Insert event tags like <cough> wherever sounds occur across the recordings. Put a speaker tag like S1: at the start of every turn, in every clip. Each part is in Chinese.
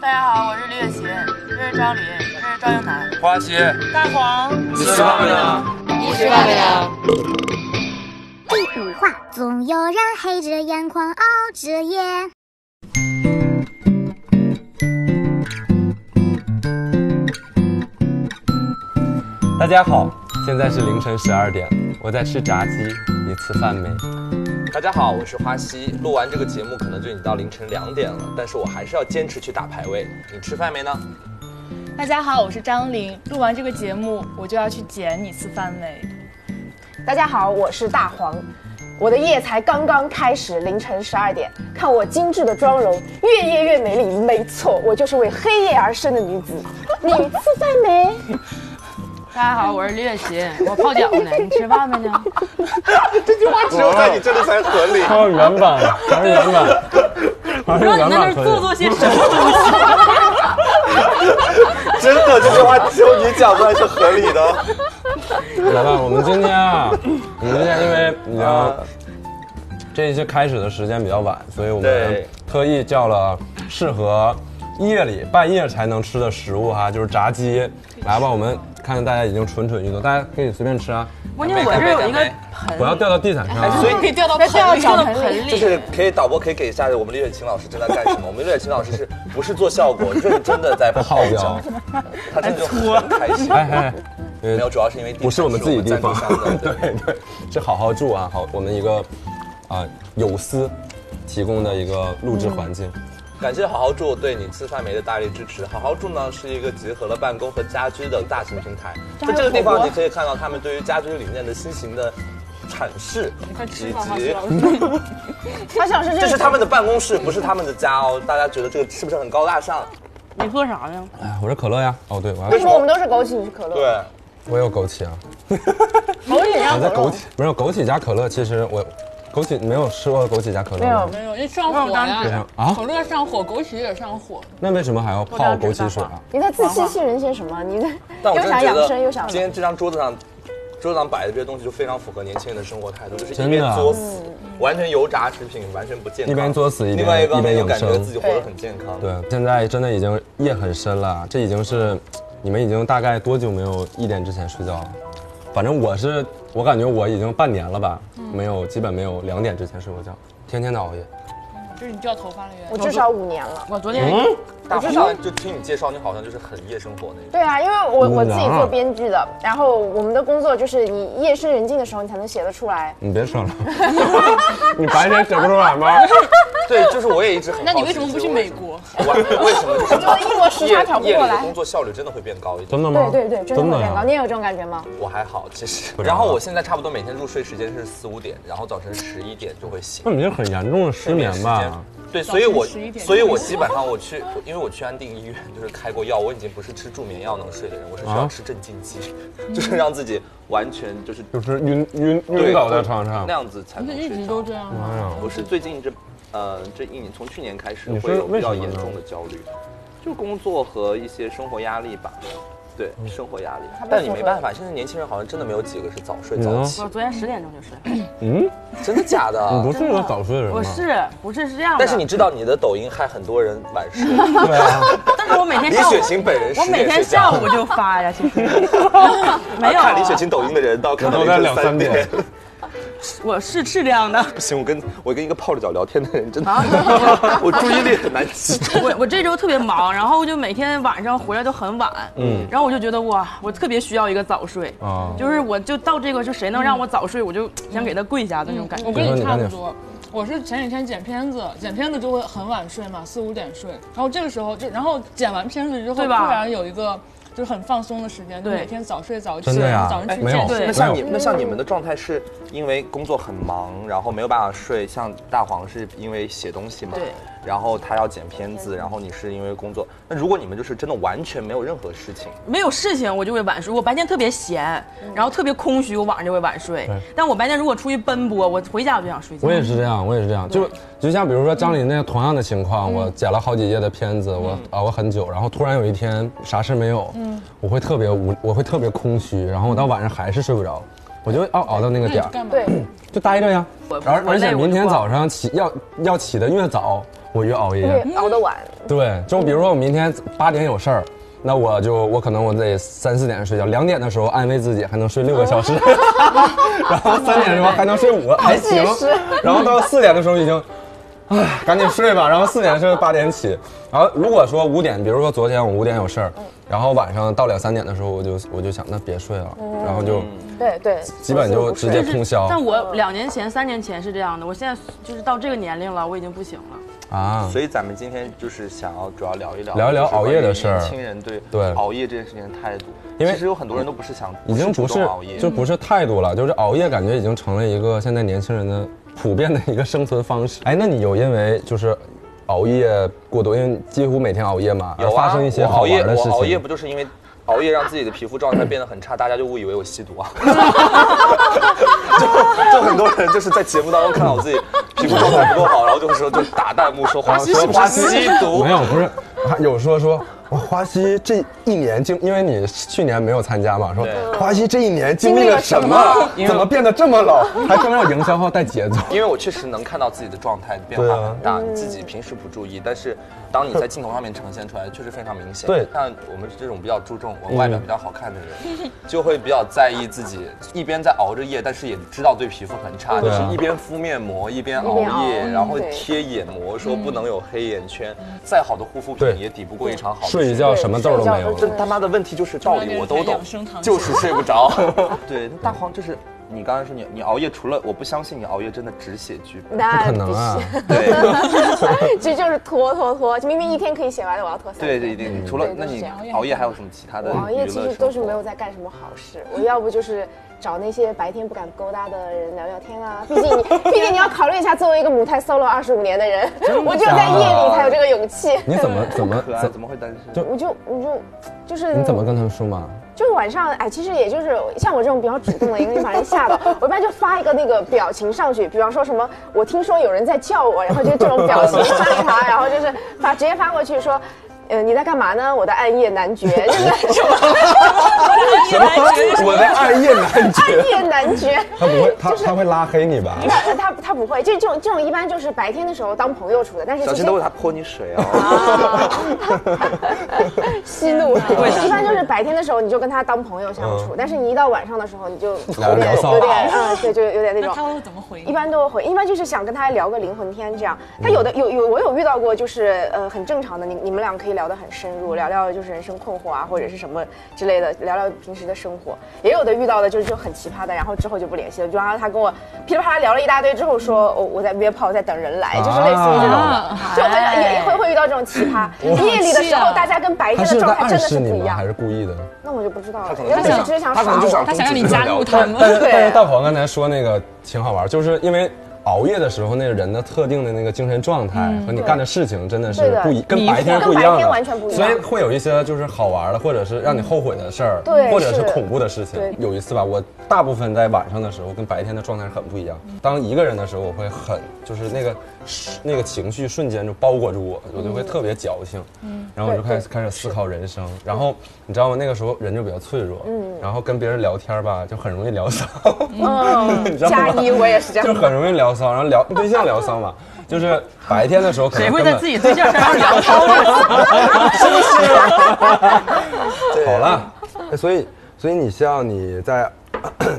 S1: 大家好，我是李雪琴，这是张琳，这是赵英男，
S2: 花西，
S1: 大黄，
S2: 你吃饭没呢？
S3: 你吃饭没呢？
S4: 第五话，总有人黑着眼眶熬着夜。
S5: 大家好，现在是凌晨十二点，我在吃炸鸡，你吃饭没？
S6: 大家好，我是花溪。录完这个节目可能就已经到凌晨两点了，但是我还是要坚持去打排位。你吃饭没呢？
S7: 大家好，我是张琳。录完这个节目，我就要去捡你吃饭没。
S8: 大家好，我是大黄，我的夜才刚刚开始，凌晨十二点。看我精致的妆容，越夜越美丽。没错，我就是为黑夜而生的女子。你吃饭没？
S3: 大家好，我是李雪琴，我泡脚呢，你吃饭没呢？
S6: 这句话只有在你这里才合理。
S5: 还有原版，还是原版，还是
S3: 不知道
S5: 原
S3: 你在那
S5: 版
S3: 儿
S5: 可
S3: 做
S5: 以。
S3: 作些什么东西？
S6: 真的，这句话只有你讲出来是合理的。
S5: 来吧，我们今天啊，我们今天因为你知道，这一期开始的时间比较晚，所以我们
S6: 对
S5: 特意叫了适合夜里半夜才能吃的食物哈、就是炸鸡。来吧，我们看看大家已经蠢蠢欲动，大家可以随便吃啊，
S3: 关键我这有一个
S5: 不要掉到地毯上啊。
S6: 所以
S3: 可以
S7: 哦
S3: 掉到盆里，掉到盆
S6: 就
S3: 里。
S6: 是可以导播可以给一下我们李雪琴老师正在干什么？我们李雪琴老师是不是做效
S5: <laughs>
S6: 果，认真的在泡脚，他真的就很开心。
S5: 哎哎，没
S6: 没有，主要是因为地
S5: 不是我们自己地方
S6: 是我们赞助商，的
S5: <laughs> 对对，这好好住啊，好，我们一个啊、有思提供的一个录制环境，
S6: 感谢好好住对你吃饭没的大力支持。好好住呢是一个结合了办公和家居的大型平台，在这个地方你可以看到他们对于家居理念的新型的阐释，以及
S8: 他想是
S6: 这是他们的办公室，不是他们的家哦。大家觉得这个是不是很高大上？
S3: 你喝啥呀？
S5: 哎，我这可乐呀，哦对，我还
S8: 为什么我们都是枸杞，你是可乐？
S6: 对，
S5: 我有枸
S7: <laughs>
S5: 杞啊，
S8: 枸杞加可
S5: 我在枸
S8: 乐
S5: 杞。没有�杞加可乐，其实我枸杞没有吃过枸杞加可乐吗？
S7: 没有，那上火呀，
S5: 啊
S7: 可乐上火，枸杞也上火。
S5: 那为什么还要泡枸杞水啊？
S8: 你在自欺欺人些什么？你在
S6: 但我
S8: 又
S6: 真的
S8: 想
S6: 觉
S8: 养生又
S6: 得
S8: 想
S6: 今天这张桌子上。桌子上摆的这些东西就非常符合年轻人的生活态度，就是一
S5: 真
S6: 边
S5: 的啊
S6: 作死，完全油炸食品，完全不健康；
S5: 一边作死一边
S6: 另外一方面又
S5: 一边养
S6: 感觉
S5: 生
S6: 自己活得很健康。
S5: 对，现在真的已经夜很深了，这已经是你们已经大概多久没有一点之前睡觉了？反正我是，我感觉我已经半年了吧，没有，基本没有两点之前睡过觉，天天的熬夜。
S7: 这是你掉头发的原因。
S8: 我至少五年了。
S3: 我昨天
S5: 嗯
S6: 我至少就听你介绍，你好像就是很夜生活那种。
S8: 对啊，因为我我自己
S5: 五年
S8: 做
S5: 了
S8: 编剧的，然后我们的工作就是你夜深人静的时候你才能写得出来。
S5: 你别说了，你白天写不出来吗？
S6: 对，就是我也一直很好奇。
S7: 那你为什么不去美国？
S6: 就是为什 <laughs> 么？我为什么就是
S8: 英国时差调不
S6: 夜夜
S8: 过
S6: 里的
S8: 来
S6: 工。作效率真的会变高一点？
S5: 真的吗
S8: 对？对对，真的会变高。
S5: 呀
S8: 你也有这种感觉吗？
S6: 我还好，其实。
S5: 知道
S6: 然后我现在差不多每天入睡时间是四五点，然后早晨十一点就会醒。
S5: 那你这很严重的失眠吧？？
S6: 对，所以我
S7: 早晨11点
S6: 所以我基本上我去，因为我去安定医院就是开过药，我已经不是吃助眠药能睡的人，我是需要
S5: 啊
S6: 吃镇静剂，就是让自己完全就是
S5: 就是晕晕
S6: 对
S5: 嗯晕倒在床上
S6: 那。样子才
S7: 不
S6: 能
S7: 是
S6: 睡
S7: 一
S6: 着。
S7: 直都这样吗？
S5: 哎呀，
S6: 我是最近这，呃，这一年从去年开始
S5: 你
S6: 会
S5: 是
S6: 有比较
S5: 为什么
S6: 严
S5: 呢
S6: 重的焦虑，就工作和一些生活压力吧。对，
S5: 嗯
S6: 生活压力
S8: 被。
S6: 但你
S8: 说
S6: 没
S8: 中
S6: 办法，现在年轻人好像真的没有几个是早睡
S5: 你
S6: 早
S5: 呢
S6: 起
S3: 我，昨天十点钟就睡，
S5: 嗯，
S6: 真的假
S5: 你
S6: 的
S5: 不？是个早睡的人吗？
S3: 我是不是是这样的？
S6: 但是你知道你的抖音害很多人晚
S5: <laughs>
S6: 睡，
S5: 对啊，
S3: 但是我每天
S6: 李
S3: 上午
S6: 雪琴本人
S3: 我
S6: 十
S3: 每
S6: 点
S3: 天
S6: 睡
S3: 下
S6: 觉。 <laughs>
S3: 午就发呀，其实没
S6: 而
S3: 有啊
S6: 看李雪琴抖音的人，到看
S5: 都在两
S6: 三
S5: 三点
S6: 点。
S3: 我是是这样的。
S6: <laughs> 不 <laughs> 行，我跟我跟一个泡着脚聊天的人，真的， <laughs> 我注意力很难集中。
S3: 我我这周特别忙，然后就每天晚上回来都很晚，嗯，然后我就觉得哇，我特别需要一个早睡，
S5: 啊
S3: 就是我就到这个就谁能让我早睡，我就想给他跪下的那种感觉
S7: 我。跟你差不多。我是前几天剪片子，剪片子就会很晚睡嘛，四五点睡。然后这个时候就，然后剪完片子之后，
S3: 对
S7: 突
S3: 吧
S7: 然有一个就是很放松的时间，就
S3: 对
S7: 每天早睡早起，
S5: 真的呀
S7: 早上去
S5: 哎没有
S7: 健
S3: 对
S6: 那
S7: 身。
S6: 像
S5: 没
S6: 你那像你们的状态是因为工作很忙，然后没有办法睡。像大黄是因为写东西嘛，
S3: 对，
S6: 然后他要剪片子，然后你是因为工作。那如果你们就是真的完全没有任何事情，
S3: 没有事情我就会晚睡，我白天特别闲，然后特别空虚，我晚上就会晚睡
S5: 对。
S3: 但我白天如果出去奔波，我回家我就想睡觉。
S5: 我也是这样，我也是这样，就就像比如说张琳那个同样的情况，我剪了好几页的片子，我熬了很久，然后突然有一天啥事没有，我会特别无，我会特别空虚，然后我到晚上还是睡不着，我就哦熬熬到那
S7: 那
S5: 个
S7: 你
S5: 点
S7: 去
S5: 儿
S7: 干嘛？
S8: 对，
S5: 就待着呀
S3: 我，
S5: 而
S3: 我
S5: 而
S3: 累
S5: 且
S3: 我就
S5: 明天
S3: 逛
S5: 早上起要要起得越早，我越熬夜。
S8: 越熬得晚。
S5: 对，就比如说我明天八点有事儿，那我就我可能我得三四点睡觉，两点的时候安慰自己还能睡六个小时，然后三点的时候还能睡五个，还行
S8: 好现实。
S5: 然后到四点的时候已经，唉，赶紧睡吧。然后四点睡到八点起，然后如果说五点，比如说昨天我五点有事儿，然后晚上到两三点的时候，我就我就想那别睡了，然后就
S8: 对对，
S5: 基本就直接
S3: 但是
S5: 通宵
S3: 但我两年前、三年前是这样的，我现在就是到这个年龄了，我已经不行
S7: <laughs>
S3: 了。
S5: 啊。
S6: 所以咱们今天就是想要主要聊一聊，
S5: 聊一聊
S6: 就是关于
S5: 熬夜的事儿
S6: 年轻人对
S5: 对
S6: 熬夜这件事情的态度，
S5: 因为
S6: 其实有很多人都不是想，
S5: 已经不
S6: 主动
S5: 是
S6: 熬夜，嗯
S5: 就不是态度了，就是熬夜感觉已经成了一个现在年轻人的普遍的一个生存方式。哎，那你有因为就是熬夜过多，因为几乎每天熬夜嘛，而
S6: 有啊
S5: 发生一些
S6: 我
S5: 好
S6: 熬夜，
S5: 玩的事
S6: 我熬夜
S5: 情？
S6: 不就是因为熬夜让自己的皮肤状态变得很差，大家就误以为我吸毒啊。 <laughs> 就就很多人就是在节目当中看到我自己皮肤状态不够好，然后就是说就打弹幕说花西是不是吸毒
S5: 没？有，不是，还有说说。我花西这一年经，因为你去年没有参加嘛，说
S6: 对
S5: 花西这一年嗯经历了什么，
S6: 因为
S5: 怎么变得这么 <laughs> 老，还专门有营销号带节奏。
S6: 因为我确实能看到自己的状态变
S5: 啊
S6: 化很大，你
S8: 嗯
S6: 自己平时不注意，但是当你在镜头上面呈现出来，确实非常明显。
S5: 对嗯
S6: 像我们这种比较注重我外表比较好看的人，就会比较在意自己一边在熬着夜，但是也知道对皮肤很差，就
S5: 对啊
S6: 是一边敷面膜一边熬
S8: 一边熬嗯
S6: 夜，然后
S8: 对嗯
S6: 贴眼膜，说不能有黑眼圈，再好的护肤
S5: 对
S6: 品也抵不过一场好的
S5: 睡一
S6: 觉。
S5: 觉什么痘儿都没
S8: 睡
S5: 有
S8: 一觉
S6: 这
S8: 就
S5: 了。
S8: 是
S6: 他妈的问题就是道理我都懂
S7: 养生堂，
S6: 就是睡不
S8: <laughs>
S6: 着。对，那大黄就是你刚才说你你熬夜，除了我不相信你熬夜真的只写剧本。
S5: 不
S8: 那
S5: 可能啊！
S8: <laughs>
S6: 对
S8: 这就是拖拖拖，明明一天可以写完的，我要拖三
S6: 对，
S8: 天。
S6: 这一定。除了
S8: 对
S6: 那
S8: 就是
S6: 你
S8: 这样
S6: 熬夜还有什么其他的
S8: 我熬夜
S6: 娱
S8: 其
S6: 乐
S8: 实都是
S6: 生活
S8: 没有在干什么好事，我要不就是找那些白天不敢勾搭的人聊聊天
S6: <laughs>
S8: 啊。毕竟你，毕竟你要考虑一下，作为一个母胎 solo 二十五年
S6: <laughs>
S8: 的人，我只有在夜里才有这个勇气。
S5: 你怎么怎么
S6: 可爱，
S5: 怎
S6: 怎么会单身？
S5: 就
S8: 我就我就就是
S5: 你怎么跟他们说嘛？
S8: 就是晚上，哎，其实也就是像我这种比较主动的，因为把人吓到，我一般就发一个那个表情上去，比方说什么我听说有人在叫我，然后就这种表情发给他，然后就是发直接发过去说。呃，你在干嘛呢？我在暗夜男爵，就是
S5: 我在暗夜男爵
S8: 暗夜男爵。
S5: 他不会，他他会拉黑你吧？
S8: 他他他不会，这这种这种一般就是白天的时候当朋友处的，但是
S6: 小
S8: 其
S6: 心
S8: 实
S6: 等会他泼你水哦。
S8: <laughs> 息怒，一般就是白天的时候你就跟他当朋友相处，但是你一到晚上的时候你就有
S5: 俩人聊
S8: 点
S5: 骚
S8: 有点嗯，对，就有点那
S7: 那他
S8: 种。
S7: 会怎么回
S8: 一
S7: 应？
S8: 般都会回，一般就是想跟他聊个灵魂天这样。
S5: 嗯
S8: 他有的有有我有遇到过，就是呃很正常的，你你们俩可以聊得很深入，聊聊就是人生困惑啊或者是什么之类的，聊聊平时的生活。也有的遇到的就是就很奇葩的，然后之后就不联系了，就让他跟我噼里啪啦聊了一大堆之后说，哦我在约炮，在等人来，就是类似于这种。
S5: 啊
S6: <laughs>
S8: 就很也也会会遇到这种奇葩。夜里的时候，大家跟白
S5: 他
S8: 天
S5: 是
S8: 的
S5: 在
S8: 状态
S5: 暗
S8: 真的
S5: 示
S8: 是
S5: 你
S8: 不一
S5: 吗？还
S8: 样。
S5: 是故
S8: <laughs>
S5: 意的？
S8: 那我就不知道了，
S6: 可能
S8: 但
S6: 就是想
S8: 只是想
S6: 他可能
S8: 耍
S6: 就想
S8: 我。
S7: 他想让你加入他们。
S5: 但是
S8: 对
S5: 但是大黄刚才说那个挺好玩，就是因为熬夜的时候，那个人的特定的那个精神状态
S8: 嗯
S5: 和你干的事情真的是
S8: 对的
S5: 不一，跟
S7: 迷
S5: 白天
S8: 惑
S5: 不一
S8: 跟
S5: 样
S8: 白
S5: 的，
S8: 天完全不一样
S5: 所以会有一些就是好玩的，或者是让你后悔的事儿，
S8: 对
S5: 或者是
S8: 是
S5: 恐怖的事情
S8: 对。
S5: 有一次吧，我大部分在晚上的时候跟白天的状态是很不一样。
S8: 嗯
S5: 当一个人的时候，我会很就是那个那个情绪瞬间就包裹住我，我就会特别矫情，
S8: 嗯
S5: 然后我就开始开始思考人生。然后你知道吗？那个时候人就比较脆弱，
S8: 嗯
S5: 然后跟别人聊天吧，就很容易聊骚。 <laughs> 你知道
S8: 加
S5: 吗？
S8: 一我也是这
S5: 就
S8: 样。
S5: 很容易聊骚，然后聊对象聊骚嘛，就是白天的时候可能
S3: 谁会
S5: 根
S3: <laughs> 在
S5: 本
S3: 自己对象身上聊骚呢？
S5: 好 <laughs> 了，
S9: 哎所以，所以你像你
S5: <clears throat>
S9: 在，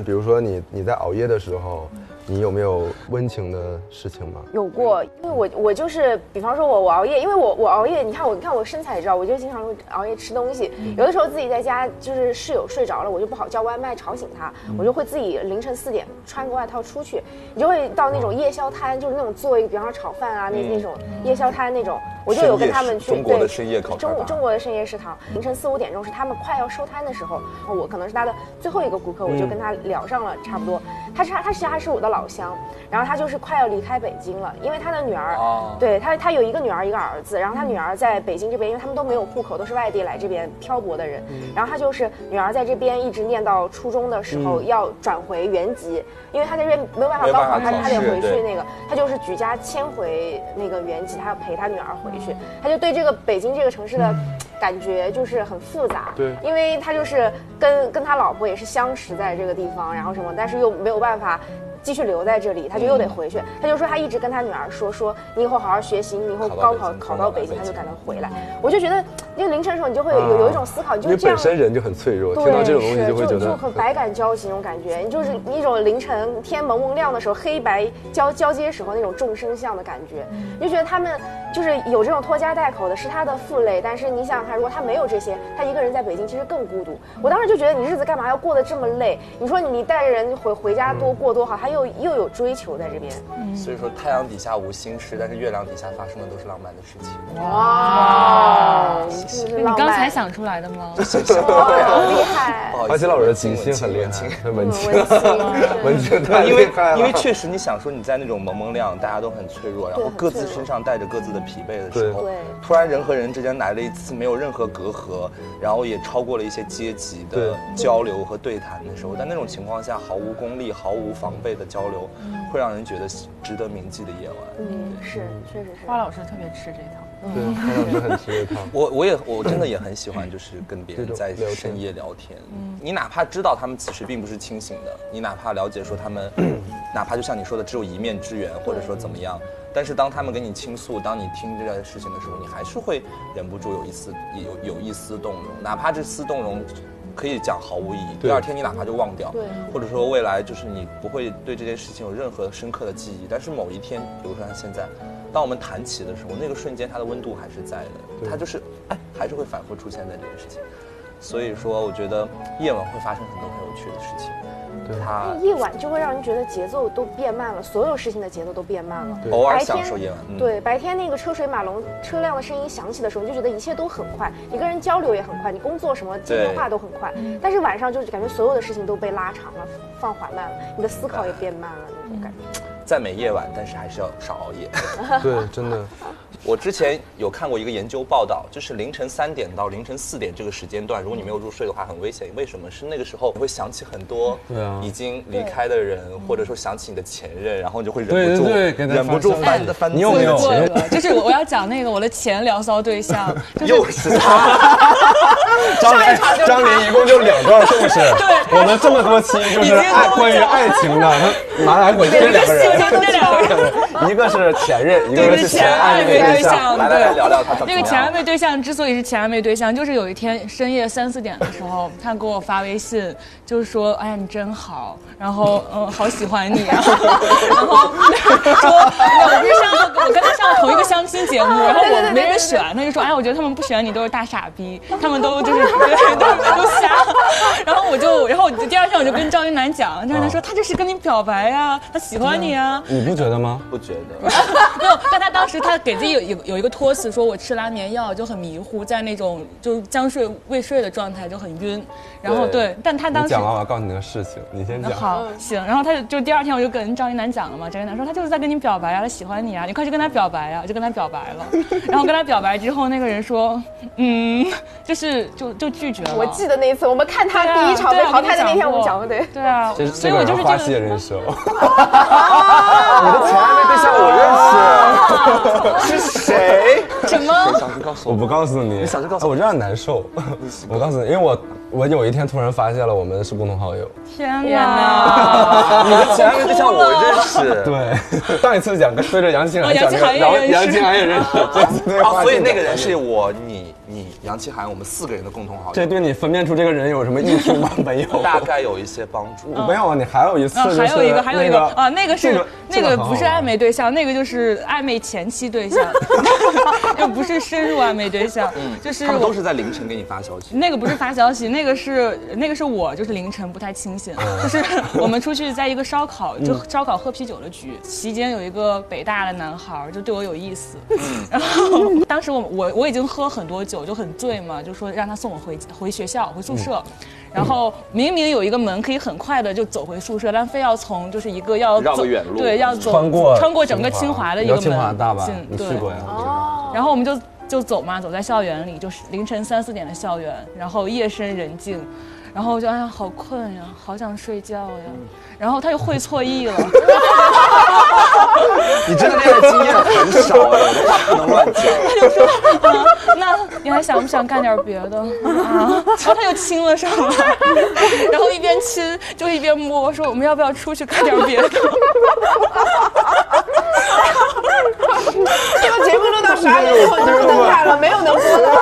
S9: 比如说你你在熬夜的时候，你有没有温情的事情吗？
S8: 有过，
S6: 嗯
S8: 因为我我就是，比方说我我熬夜，因为我我熬夜，你看我你看我身材也知道，我就经常会熬夜吃东西，
S6: 嗯
S8: 有的时候自己在家就是室友睡着了，我就不好叫外卖吵醒他，
S6: 嗯
S8: 我就会自己凌晨四点穿个外套出去，你就会到那种夜宵摊，就是那种做一个，比方说炒饭啊那那种夜宵摊那种，我就有跟他们
S6: 嗯
S8: 去
S6: 深夜食中国的
S8: 对
S6: 深夜烤串
S8: 中
S6: 吧
S8: 中国的深夜食堂，凌晨四五点钟是他们快要收摊的时候，哦我可能是他的最后一个顾客，我
S6: 嗯
S8: 就跟他聊上了，差不多。他是他他实际上是我的老乡，然后他就是快要离开北京了，因为他的女儿，
S6: 哦
S8: 对他他有一个女儿一个儿子，然后他女儿在北京这边，因为他们都没有户口，都是外地来这边漂泊的人，
S6: 嗯
S8: 然后他就是女儿在这边一直念到初中的时
S6: 嗯
S8: 候、要转回原籍，因为他在这边没有办法
S6: 没有
S8: 高
S6: 办法
S8: 考，他
S6: 考
S8: 他得
S6: 试
S8: 回去
S6: 对
S8: 那个，他就是举家迁回那个原籍，他要陪他女儿回
S6: 嗯
S8: 去，他就对这个北京这个城市的感觉就是很复杂，
S9: 对
S8: 因为他就是跟跟他老婆也是相识在这个地方，然后什么，但是又没有办法继续留在这
S10: 嗯
S8: 里，他就又得回去。他就说他一直跟他女儿说，说你以后好好学习，你以后
S10: 考
S8: 高
S10: 到北
S8: 考
S10: 京
S8: 考
S10: 考
S8: 到
S10: 到
S8: 北
S10: 北
S8: 京，他就
S10: 京嗯啊
S8: 赶快回来。我就觉得，因为凌晨的时候你就会有有一种思考，你
S5: 因
S8: 就
S5: 为
S8: 是这样
S5: 本。身人就很脆弱，
S8: 对，
S5: 听到这种东西
S8: 是
S5: 就会觉
S8: 就
S5: 得
S8: 很百感交集那种感觉，你就是一种凌晨天蒙蒙亮的时候，黑白交交接时候那种众生相的感觉，
S7: 嗯
S8: 你就觉得他们就是有这种拖家带口的是他的负累，但是你想想看，如果他没有这些，他一个人在北京其实更孤独。我当时就觉得你日子干嘛要过得这么累？你说你带着人回回家多过多好，他又又有追求在这边，
S10: 所以说太阳底下无心事，但是月亮底下发生的都是浪漫的事情。
S8: 嗯哇，你
S7: 你刚才想出来的吗？
S8: 哦厉
S7: <laughs>
S8: 害，嗯
S10: 不好意思
S5: 而且老师的即兴很厉
S10: 文青
S5: 害
S10: 文青，
S5: 很文青，文 <laughs>
S8: 文
S5: 青太
S10: <laughs> 因
S5: 厉
S10: 为
S5: 害了。
S10: 因为确实你想说你在那种蒙蒙亮，大家都很脆弱，然后
S8: 很
S10: 各
S8: 脆
S10: 自
S8: 弱
S10: 身上带着各自的疲惫的时
S5: 对
S10: 候
S8: 对，
S10: 突然人和人之间来了一次没有任何隔阂，然后也超过了一些阶级的
S5: 对
S10: 交流和对谈的时候，在那种情况下毫无功利、毫无防备的交流，会让人觉得值得铭记的夜晚。
S8: 嗯，是，确实是。
S3: 花老师特别吃这一套。
S5: 对，潘老师很吃这套。
S10: 我我也
S5: <clears throat>
S10: 我真的也很喜欢，就是跟别人在
S5: 这种聊天
S10: 深夜聊天。
S8: 嗯
S10: 你哪怕知道他们此时并不是清醒的，你哪怕了解说他
S5: <clears throat>
S10: 们，哪怕就像你说的只有一面之缘，或者说怎么样，但是当他们跟你倾诉，当你听这件事情的时候，你还是会忍不住有一丝有有一丝动容，哪怕这丝动容。可以讲毫无意义，
S5: 对
S10: 第二天你哪怕就忘掉，
S8: 对
S10: 或者说未来就是你不会对这件事情有任何深刻的记忆，但是某一天，比如说像现在，当我们谈起的时候，那个瞬间它的温度还是在的，它就是哎还是会反复出现在这件事情。所以说，我觉得夜晚会发生很多很有趣的事情。它
S8: 夜晚就会让人觉得节奏都变慢了，所有事情的节奏都变慢了。
S10: 嗯偶尔
S8: 白
S10: 享
S8: 天
S10: 受夜晚，嗯，
S8: 对，白天那个车水马龙、车辆的声音响起的时候，你就觉得一切都很快，你跟人交流也很快，你工作什么接电话都很快。但是晚上就是感觉所有的事情都被拉长了，放缓慢了，你的思
S10: 哎
S8: 考也变慢了那种感觉。
S10: 赞美夜晚，但是还是要少熬夜。
S5: 对，真的，
S10: 我之前有看过一个研究报道，就是凌晨三点到凌晨四点这个时间段，如果你没有入睡的话，很危险。为什么？是那个时候你会想起很多
S6: 对啊
S10: 已经离开的人，或者说想起你的前任，然后你就会
S6: 对
S10: 忍
S6: 对
S10: 不住
S6: 对，给他
S10: 忍不住
S6: 发消息
S10: 翻
S6: <laughs>
S10: 翻
S6: 你有没有
S10: 自己
S7: 过
S10: 的前
S7: 了， <laughs> 就是我我要讲那个我的前聊骚
S6: <laughs>
S7: 对象，
S10: 任又是他，
S7: 哎
S6: 张琳，
S10: 哎
S6: 张琳一共就两段，是不是？我们这么多期就是爱关于爱情的，他拿来回这两个人，一个是前任，一个是前暧昧对象。
S10: 来来来聊聊他怎么
S7: 那个前暧
S10: 样？
S7: 昧对象之所以是前暧昧对象，就是有一天深夜三四点的时候，他给我发微信，就是说：“哎呀，你真好，然后嗯，好喜欢你啊。” <laughs> 然后说：“我跟上我跟他上同一个相亲节目，然后我没人选，他就说：‘哎呀，我觉得他们不选你都是大傻逼，他们都就是 <laughs> 对都都瞎。’然后我就，然后我就第二天我就跟赵云楠讲，但是他说他这是跟你表白呀、他喜欢你啊。”
S6: 你不觉得吗？
S10: 不觉得？
S7: <laughs> 没有，但他当时他给自己有有有一个托词，说我吃拉眠药就很迷糊，在那种就是将睡未睡的状态就很晕，然后
S10: 对
S7: 对，但他
S6: 你
S7: 当时
S6: 讲啊完我要告诉你个事情，你先
S7: 那
S6: 讲。
S7: 好
S8: 嗯
S7: 行，然后他就就第二天我就跟张一楠讲了嘛，张一楠说他就是在跟你表白啊，他喜欢你啊，你快去跟他表白啊，我就跟他表白了，然后跟他表白之后，那个人说嗯，就是就就拒绝了。
S8: 我记得那一次，我们看他
S7: 对啊
S8: 第一场被
S7: 对啊
S8: 淘汰的
S7: 跟
S8: 那
S7: 你
S8: 天，
S7: 讲
S8: 我们
S7: 过
S8: 讲的对。
S7: 对啊，
S6: 这
S7: 所
S6: 这
S7: 以
S6: 个
S7: 我就
S6: 人
S7: 是
S6: 花
S7: 这
S6: 戏
S7: 个。
S6: 人
S10: <laughs>
S6: 生，
S5: 你的前暧昧对象我
S10: 谁？
S7: 什么？
S10: 小声告诉
S6: 我不告诉你，你啊
S10: 小心告诉我
S6: 我让你难受。我告诉你，因为我我有一天突然发现了我们是共同好友。
S7: 天
S6: <laughs>
S7: 哪！
S10: 我，你的前暧昧对象我认识。
S6: 对， <laughs> 上一次讲跟对着杨清
S7: 哦
S6: 涵
S7: 杨
S6: 讲
S7: 清
S6: 那
S7: 涵
S6: 个，
S7: 也
S6: 然后
S7: 认识
S6: 杨清涵也认识，对
S5: 哦
S10: 啊，所以那个人是我、你、你、杨奇涵，我们四个人的共同好
S6: 这
S10: 友，
S6: 对你分辨出这个人有什么益处
S5: <laughs>
S6: 吗？没有，
S10: 大概有一些帮助。
S6: 没有啊。你还有一次
S7: 啊，
S6: 就是
S7: 还有一个，还有一个啊，那个
S6: 这
S7: 是那个
S6: 很好
S7: 不是
S6: 玩
S7: 暧昧对象，那个就是暧昧前期对象， <laughs> 又不是深入暧昧对象，就是
S10: 他们
S7: 我
S10: 都是在凌晨给你发消息。
S7: 那个不是发消息，那个是那个是我就是凌晨不太清醒，
S6: 嗯
S7: 就是我们出去在一个烧烤就烧烤喝啤酒的局，期间有一个北大的男孩儿就对我有意思，
S6: 嗯
S7: 然后当时我我我已经喝很多酒就很醉嘛，就说让他送我回回学校回
S6: 嗯
S7: 宿舍。然后明明有一个门可以很快的就走回宿舍，但非要从就是一个要
S10: 绕个
S7: 走
S10: 远路
S7: 对，要走
S6: 嗯穿过
S7: 穿过整个清华的一个
S6: 你
S7: 门
S6: 知道清华大吧
S7: 进？
S6: 你
S7: 对
S6: 去过呀？
S7: 然后我们就就走嘛，走在校园里，就是凌晨三四点的校园，然后夜深人静，然后我就哎呀好困呀，好想睡觉呀，
S10: 嗯
S7: 然后他又会错意了，
S10: 你真的这样的经验很少哎，我话不能乱讲。
S7: 啊那你还想不想干点别的啊？然后他又亲了上来，然后一边亲就一边摸，我说我们要不要出去干点别的？ <laughs>
S8: 这个节目录到十二点以后就不能看了，没有能播的。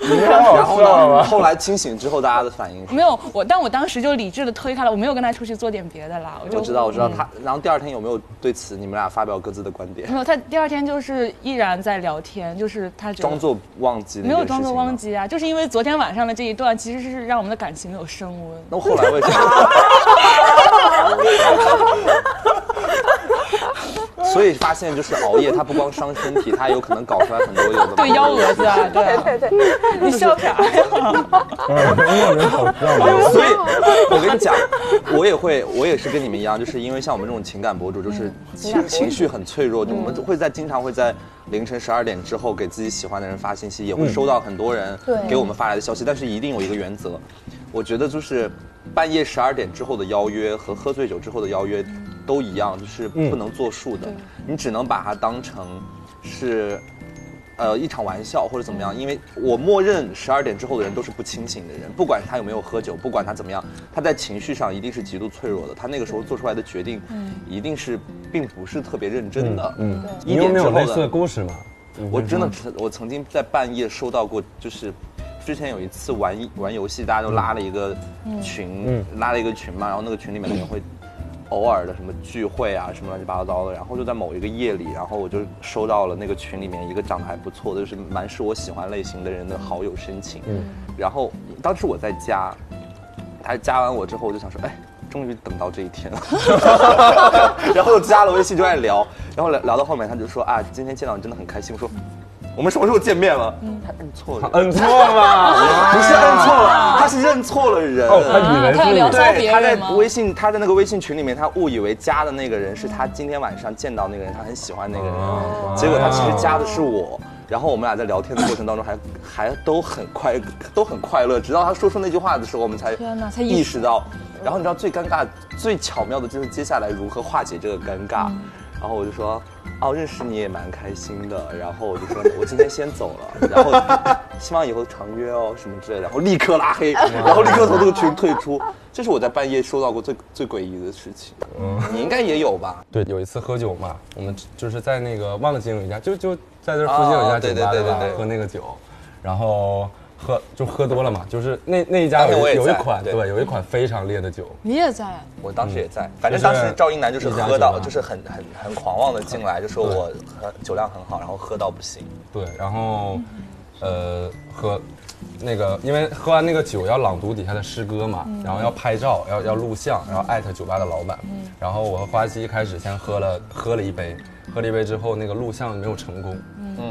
S10: 你然后呢？后来清醒之后大家的反应，
S7: 没有我，但我当时就理智的推开了，我没有跟他出去做点别的啦，我就
S10: 我知道，我知道他。然后第二天有没有对此你们俩发表各自的观点
S7: 没？有，他第二天就是依然在聊天，就是他觉得
S10: 装作忘记了
S7: 没有装作忘
S10: 记。
S7: 记啊，就是因为昨天晚上的这一段，其实是让我们的感情有升 <laughs> 温。
S10: 那后来为什么？所以发现就是熬夜，它不光伤身体，它还有可能搞出来很多有的
S7: 对幺蛾子啊， <laughs> 对啊，
S8: 对对，
S7: 你笑啥呀？
S6: 莫名好笑。
S10: <laughs>
S6: <laughs>
S10: 所以，我跟你讲，我也会，我也是跟你们一样，就是因为像我们这种情感博主，就是嗯情情绪很嗯脆弱，就我们会在经常会在凌晨十二点之后给自己喜欢的人发信息，也
S6: 嗯
S10: 会收到很多人给我们发来的消息，但是一定有一个原则，我觉得就是半夜十二点之后的邀约和喝醉酒之后的邀约都一样，就是
S6: 嗯
S10: 不能作数的，你只能把它当成是。呃一场玩笑或者怎么样，因为我默认十二点之后的人都是不清醒的人，不管他有没有喝酒，不管他怎么样，他在情绪上一定是极度脆弱的，他那个时候做出来的决定，一定是并不是特别认真的。嗯，
S6: 你
S10: 一
S6: 有
S10: 点
S6: 没
S10: 之
S6: 有
S10: 后
S6: 类似的嗯
S10: 的，
S6: 故 <laughs> 事吗？
S10: 我真的曾我曾经在半夜收到过，就是。之前有一次玩玩游戏，大家都拉了一个群，
S6: 嗯
S10: 拉了一个群嘛，然后那个群里面的人会偶尔的什么聚会啊，什么乱七八糟的，然后就在某一个夜里，然后我就收到了那个群里面一个长得还不错的，就是蛮是我喜欢类型的人的好友申请。
S6: 嗯
S10: 然后当时我在家，他加完我之后，我就想说，哎。终于等到这一天了，
S6: <laughs>
S10: 然后就加了微信就爱聊，然后聊聊到后面他就说啊，今天见到你真的很开心。我说我们什么时候见面了？
S6: 嗯
S10: 他摁错了人，
S6: 啊摁错
S10: <laughs>
S6: 了，
S10: 不是摁错了，他是认错了人。
S6: 哦，他以为
S11: 他要
S6: 是
S11: 聊骚
S10: 对，
S11: 别
S10: 他在
S11: 人吗？
S10: 微信，他在那个微信群里面，他误以为加的那个人是他今天晚上见到那个人，他很喜欢那个人，结果他其实加的是我。然后我们俩在聊天的过程当中还，还都很快，都很快乐，直到他说出那句话的时候，我们才
S7: 天哪才意
S10: 意识到。然后你知道最尴尬、最巧妙的就是接下来如何化解这个尴尬。
S7: 嗯
S10: 然后我就说，哦，认识你也蛮开心的。然后我就说，我今天先走了，然后希望以后常约哦，什么之类的。然后立刻拉黑，
S7: 嗯
S10: 然后立刻从这个群退出。这是我在半夜收到过最最诡异的事情。你应该也有吧？
S6: 对，有一次喝酒嘛，我们就是在那个忘了进入一家，就就在这附近有一家
S10: 哦对
S6: 酒
S10: 对
S6: 吧
S10: 对
S6: 对吧
S10: 对对对
S6: 喝那个酒，然后喝就喝多了嘛，就是那那一
S10: 当
S6: 家
S10: 天
S6: 有
S10: 我也
S6: 一有一
S10: 在
S6: 款
S10: 对
S6: 有一款非常烈的酒，
S11: 你也
S7: 啊
S11: 在，
S10: 我当时也在，反正当时赵英男就是喝到，
S6: 嗯一家酒吧
S10: 就是很很很狂妄的进来，就说我很酒量很好，然后喝到不行。
S6: 对，然后呃喝那个，因为喝完那个酒要朗读底下的诗歌嘛，然后要拍照，要要录像，然后艾特酒吧的老板。然后我和花西一开始先喝了喝了一杯，喝了一杯之后那个录像没有成功，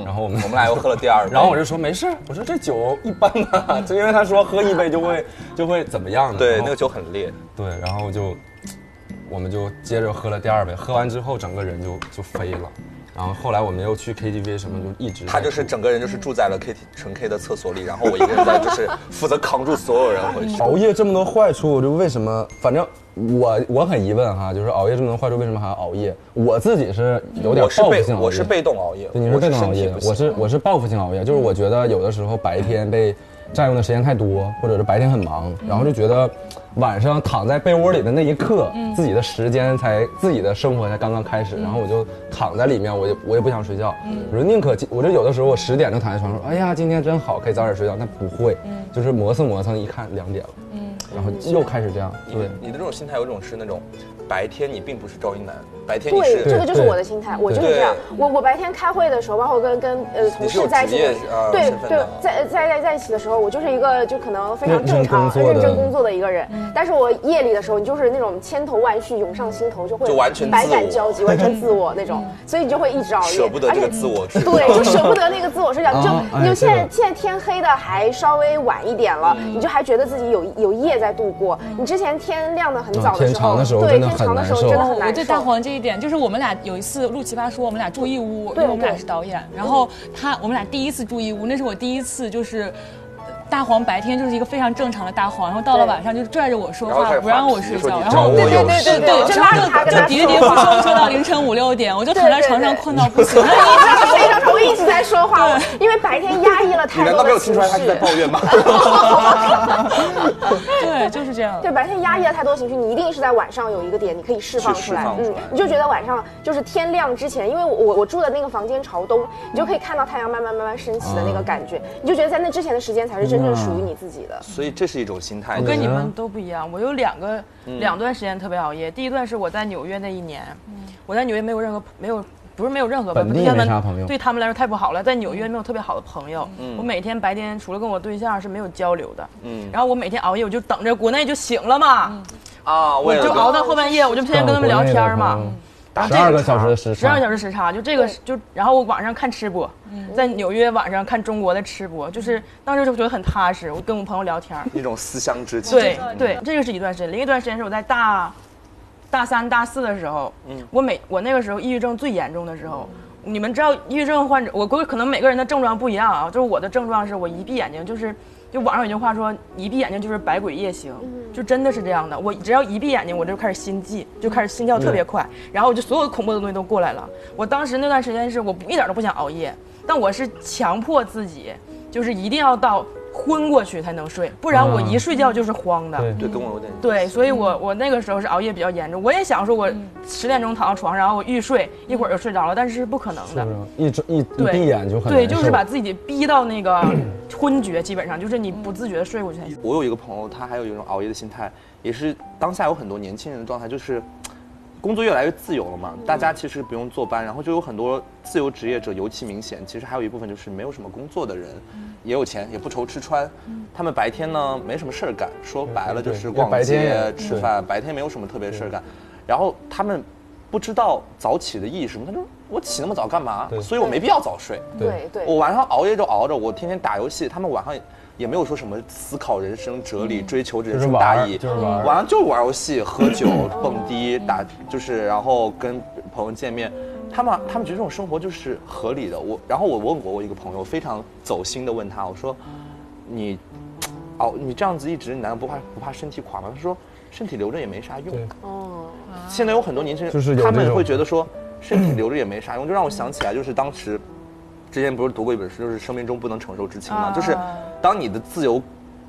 S6: 然后我们
S10: 嗯我们俩又喝了第二
S6: <laughs>
S10: 杯，
S6: 然后我就说没事儿，我说这酒一般吧，就因为他说喝一杯就会就会怎么样的。
S10: 对
S6: 然
S10: 那
S6: 后
S10: 个酒很烈，
S6: 对，然后就我们就接着喝了第二杯，喝完之后整个人就就飞了。然后后来我们又去 KTV 什么，就一直
S10: 他
S6: 在
S10: 就是整个人就是住在了 K T 纯 K 的厕所里，然后我一个人在就是 <laughs> 负责扛住所有人回去。
S6: 熬夜这么多坏处，我就为什么？反正我我很疑问哈，就是熬夜这么多坏处，为什么还要熬夜？我自己是有点
S10: 我是
S6: 报复
S10: 被
S6: 性熬夜，
S10: 我是被动熬夜，
S6: 对，你是被动熬夜，
S10: 我
S6: 我
S10: 是身体
S6: 是嗯我是报复性熬夜，就是我觉得有的时候白天被占用的时间太多，或者是白天很忙，然后就觉得晚上躺在被窝里的那一刻，
S3: 嗯
S6: 自己的时间才自己的生活才刚刚开始，然后我就躺在里面，我也我也不想睡觉，
S3: 嗯
S6: 我就宁可我就有的时候我十点就躺在床上说，哎呀今天真好，可以早点睡觉，但不会，
S3: 嗯
S6: 就是磨蹭磨蹭，一看两点了，然后又开始这样，
S3: 嗯
S10: 不
S6: 对
S10: 行。。你你的这种心态有一种是那种，白天你并不是赵一楠，白天你
S8: 对，
S10: 是
S8: 这个就是我的心态，我就是这样。我我白天开会的时候，包括跟跟呃同事在一起的时候，
S10: 你是有职业
S8: 对
S10: 呃身份
S8: 对
S10: 的，
S8: 在在在在一起的时候，我就是一个就可能非常
S6: 认真
S8: 正常、
S6: 工作的
S8: 认真工作的一个人。但是我夜里的时候，你就是那种千头万绪涌上心头，就会
S10: 就完全自
S8: 百
S10: 我
S8: 感交集，完全自我那种，所以你就会一直熬夜，
S10: 舍不得这个
S8: 而且
S10: 自我去
S8: 对，就舍不得那个自我是这样，就
S6: 啊哎
S8: 你就现
S6: 这
S8: 在
S6: 个
S8: 现在天黑的还稍微晚一点了，你就还觉得自己有有夜在度过。你之前天亮的很早的
S6: 天
S8: 时
S6: 长
S8: 候
S6: 的时，候
S8: 对
S6: 真的
S8: 天
S6: 很
S8: 长的
S6: 难
S8: 时候
S6: 受
S8: 真的
S6: 哦
S8: 很难
S7: 我
S8: 受。
S7: 对大黄这一点，就是我们俩有一次录《奇葩说》，我们俩住一嗯屋，因为我们俩是导演。然后他，我们俩第一次住一屋，那是我第一次就是。呃大黄白天就是一个非常正常的大黄，然后到了晚上就拽着我说
S10: 然后开
S7: 话，
S10: 始
S7: 不让
S10: 发
S7: 我
S10: 脾
S7: 睡
S10: 气说
S7: 觉，
S10: 你
S7: 然
S10: 找
S7: 后
S10: 我
S7: 对
S10: 有
S7: 对对
S10: 事
S7: 对，
S8: 就
S7: <laughs> 就
S8: 拉着他跟
S7: 就
S8: 他
S7: 喋喋不休，说到凌晨五六点，我就躺在床上困到不行。
S8: 我一直是非常疼，我一直在说话，我因为白天压抑了
S10: 你
S8: 太
S10: 难
S8: 多
S10: 道没有
S8: 的情
S10: 听出来他是在
S8: 绪。
S10: 抱怨吗？ <laughs>
S7: <laughs> 对，就是这样。
S8: 对，白天压抑了太多情绪，你一定是在晚上有一个点，你可以释放
S10: 去释
S8: 出来。嗯
S10: 放出来
S8: 你就觉得晚上就是天亮之前，因为我我我住的那个房间朝东，你就可以看到太阳慢慢慢慢升起的
S10: 嗯
S8: 那个感觉，你就觉得在那之前的时间才是真正属于你自己的。
S10: 所以这是一种心态。
S3: 我跟
S6: 嗯
S3: 你们都不一样，我有两个、两段时间特别熬夜。第一段是我在纽约那一年，
S7: 嗯
S3: 我在纽约没有任何没有不是没有任何吧
S6: 本地
S3: 对他
S6: 没
S3: 们
S6: 啥朋友
S3: 对他们来说太不好了。在纽
S7: 嗯
S3: 约没有特别好的朋友，我每天白天除了跟我对象是没有交流的。
S10: 嗯
S3: 然后我每天熬夜，我就等着国内就醒了嘛，
S7: 嗯
S10: 啊，为
S3: 我
S10: 了
S3: 就熬到后半夜，我就天天跟他们聊天儿嘛。啊
S6: 十二个小时的时
S3: 十
S6: 差
S3: 二，小时时差，就这个是就，然后我晚上看吃播，在纽约晚上看中国的吃播，就是当时就觉得很踏实。我跟我朋友聊天儿，
S10: 一种思乡之情。
S3: 对对，这个是一段时间。另一段时间是我在大大三、大四的时候，我每我那个时候抑郁症最严重的时候，你们知道抑郁症患者，我估计可能每个人的症状不一样啊，就是我的症状是我一闭眼睛就是。就网上有句话说，一闭眼睛就是百鬼夜行，就真的是这样的。我只要一闭眼睛，我就开始心悸，就开始心跳特别快，然后我就所有恐怖的东西都过来了。我当时那段时间是我不一点都不想熬夜，但我是强迫自己，就是一定要到昏过去才能睡，不然我一
S6: 啊
S3: 睡觉就是慌的。
S6: 对
S10: 对，跟我有点
S3: 对，所以我我那个时候是熬夜比较严重。我也想说，我十点钟躺到床上，然后我欲睡，一会儿就睡着了，但是是不可能
S6: 是
S3: 的
S6: 不。是？一睁一一
S3: 对，
S6: 闭眼就很
S3: 对，
S6: 难
S3: 就是
S6: 受 <laughs>
S3: 把自己逼到
S6: <clears throat>
S3: 那个昏厥，基本上就是你不自觉的睡过去才行。
S10: 我有一个朋友，他还有一种熬夜的心态，也是当下有很多年轻人的状态，就是工作越来越自由了嘛，大家其实不用坐班，然后就有很多自由职业者尤其明显。其实还有一部分就是没有什么工作的人，也有钱，也不愁吃穿，他们白天呢没什么事儿干，说白了就是
S6: 对
S10: 逛
S6: 白天
S10: 街
S6: 也、
S10: 吃饭，白天没有什么特别事儿干，然后他们不知道早起的意义是什么，他说我起那么早干嘛？
S6: 对
S10: 所以我没必要早睡。
S8: 对对
S10: 我晚上熬夜就熬着，我天天打游戏，他们晚上也也没有说什么思考人生哲理、追求人生大意，
S6: 就是玩儿就是玩儿
S10: 晚上就玩游戏、喝酒、蹦迪、打，就是然后跟朋友见面。他们他们觉得这种生活就是合理的。我然后我问过我一个朋友，非常走心的问他，我说你熬你这样子一直，你难道不怕不怕身体垮吗？他说身体留着也没啥用
S6: 对。
S10: 哦现在有很多年轻人，
S6: 就是有
S10: 他
S6: 这
S10: 们
S6: 种
S10: 会觉得说身体留着也没
S6: <clears throat>
S10: 啥用，就让我想起来，就是当时之前不是读过一本书，就是《生命中不能承受之轻》
S8: 啊
S10: 嘛，就是当你的自由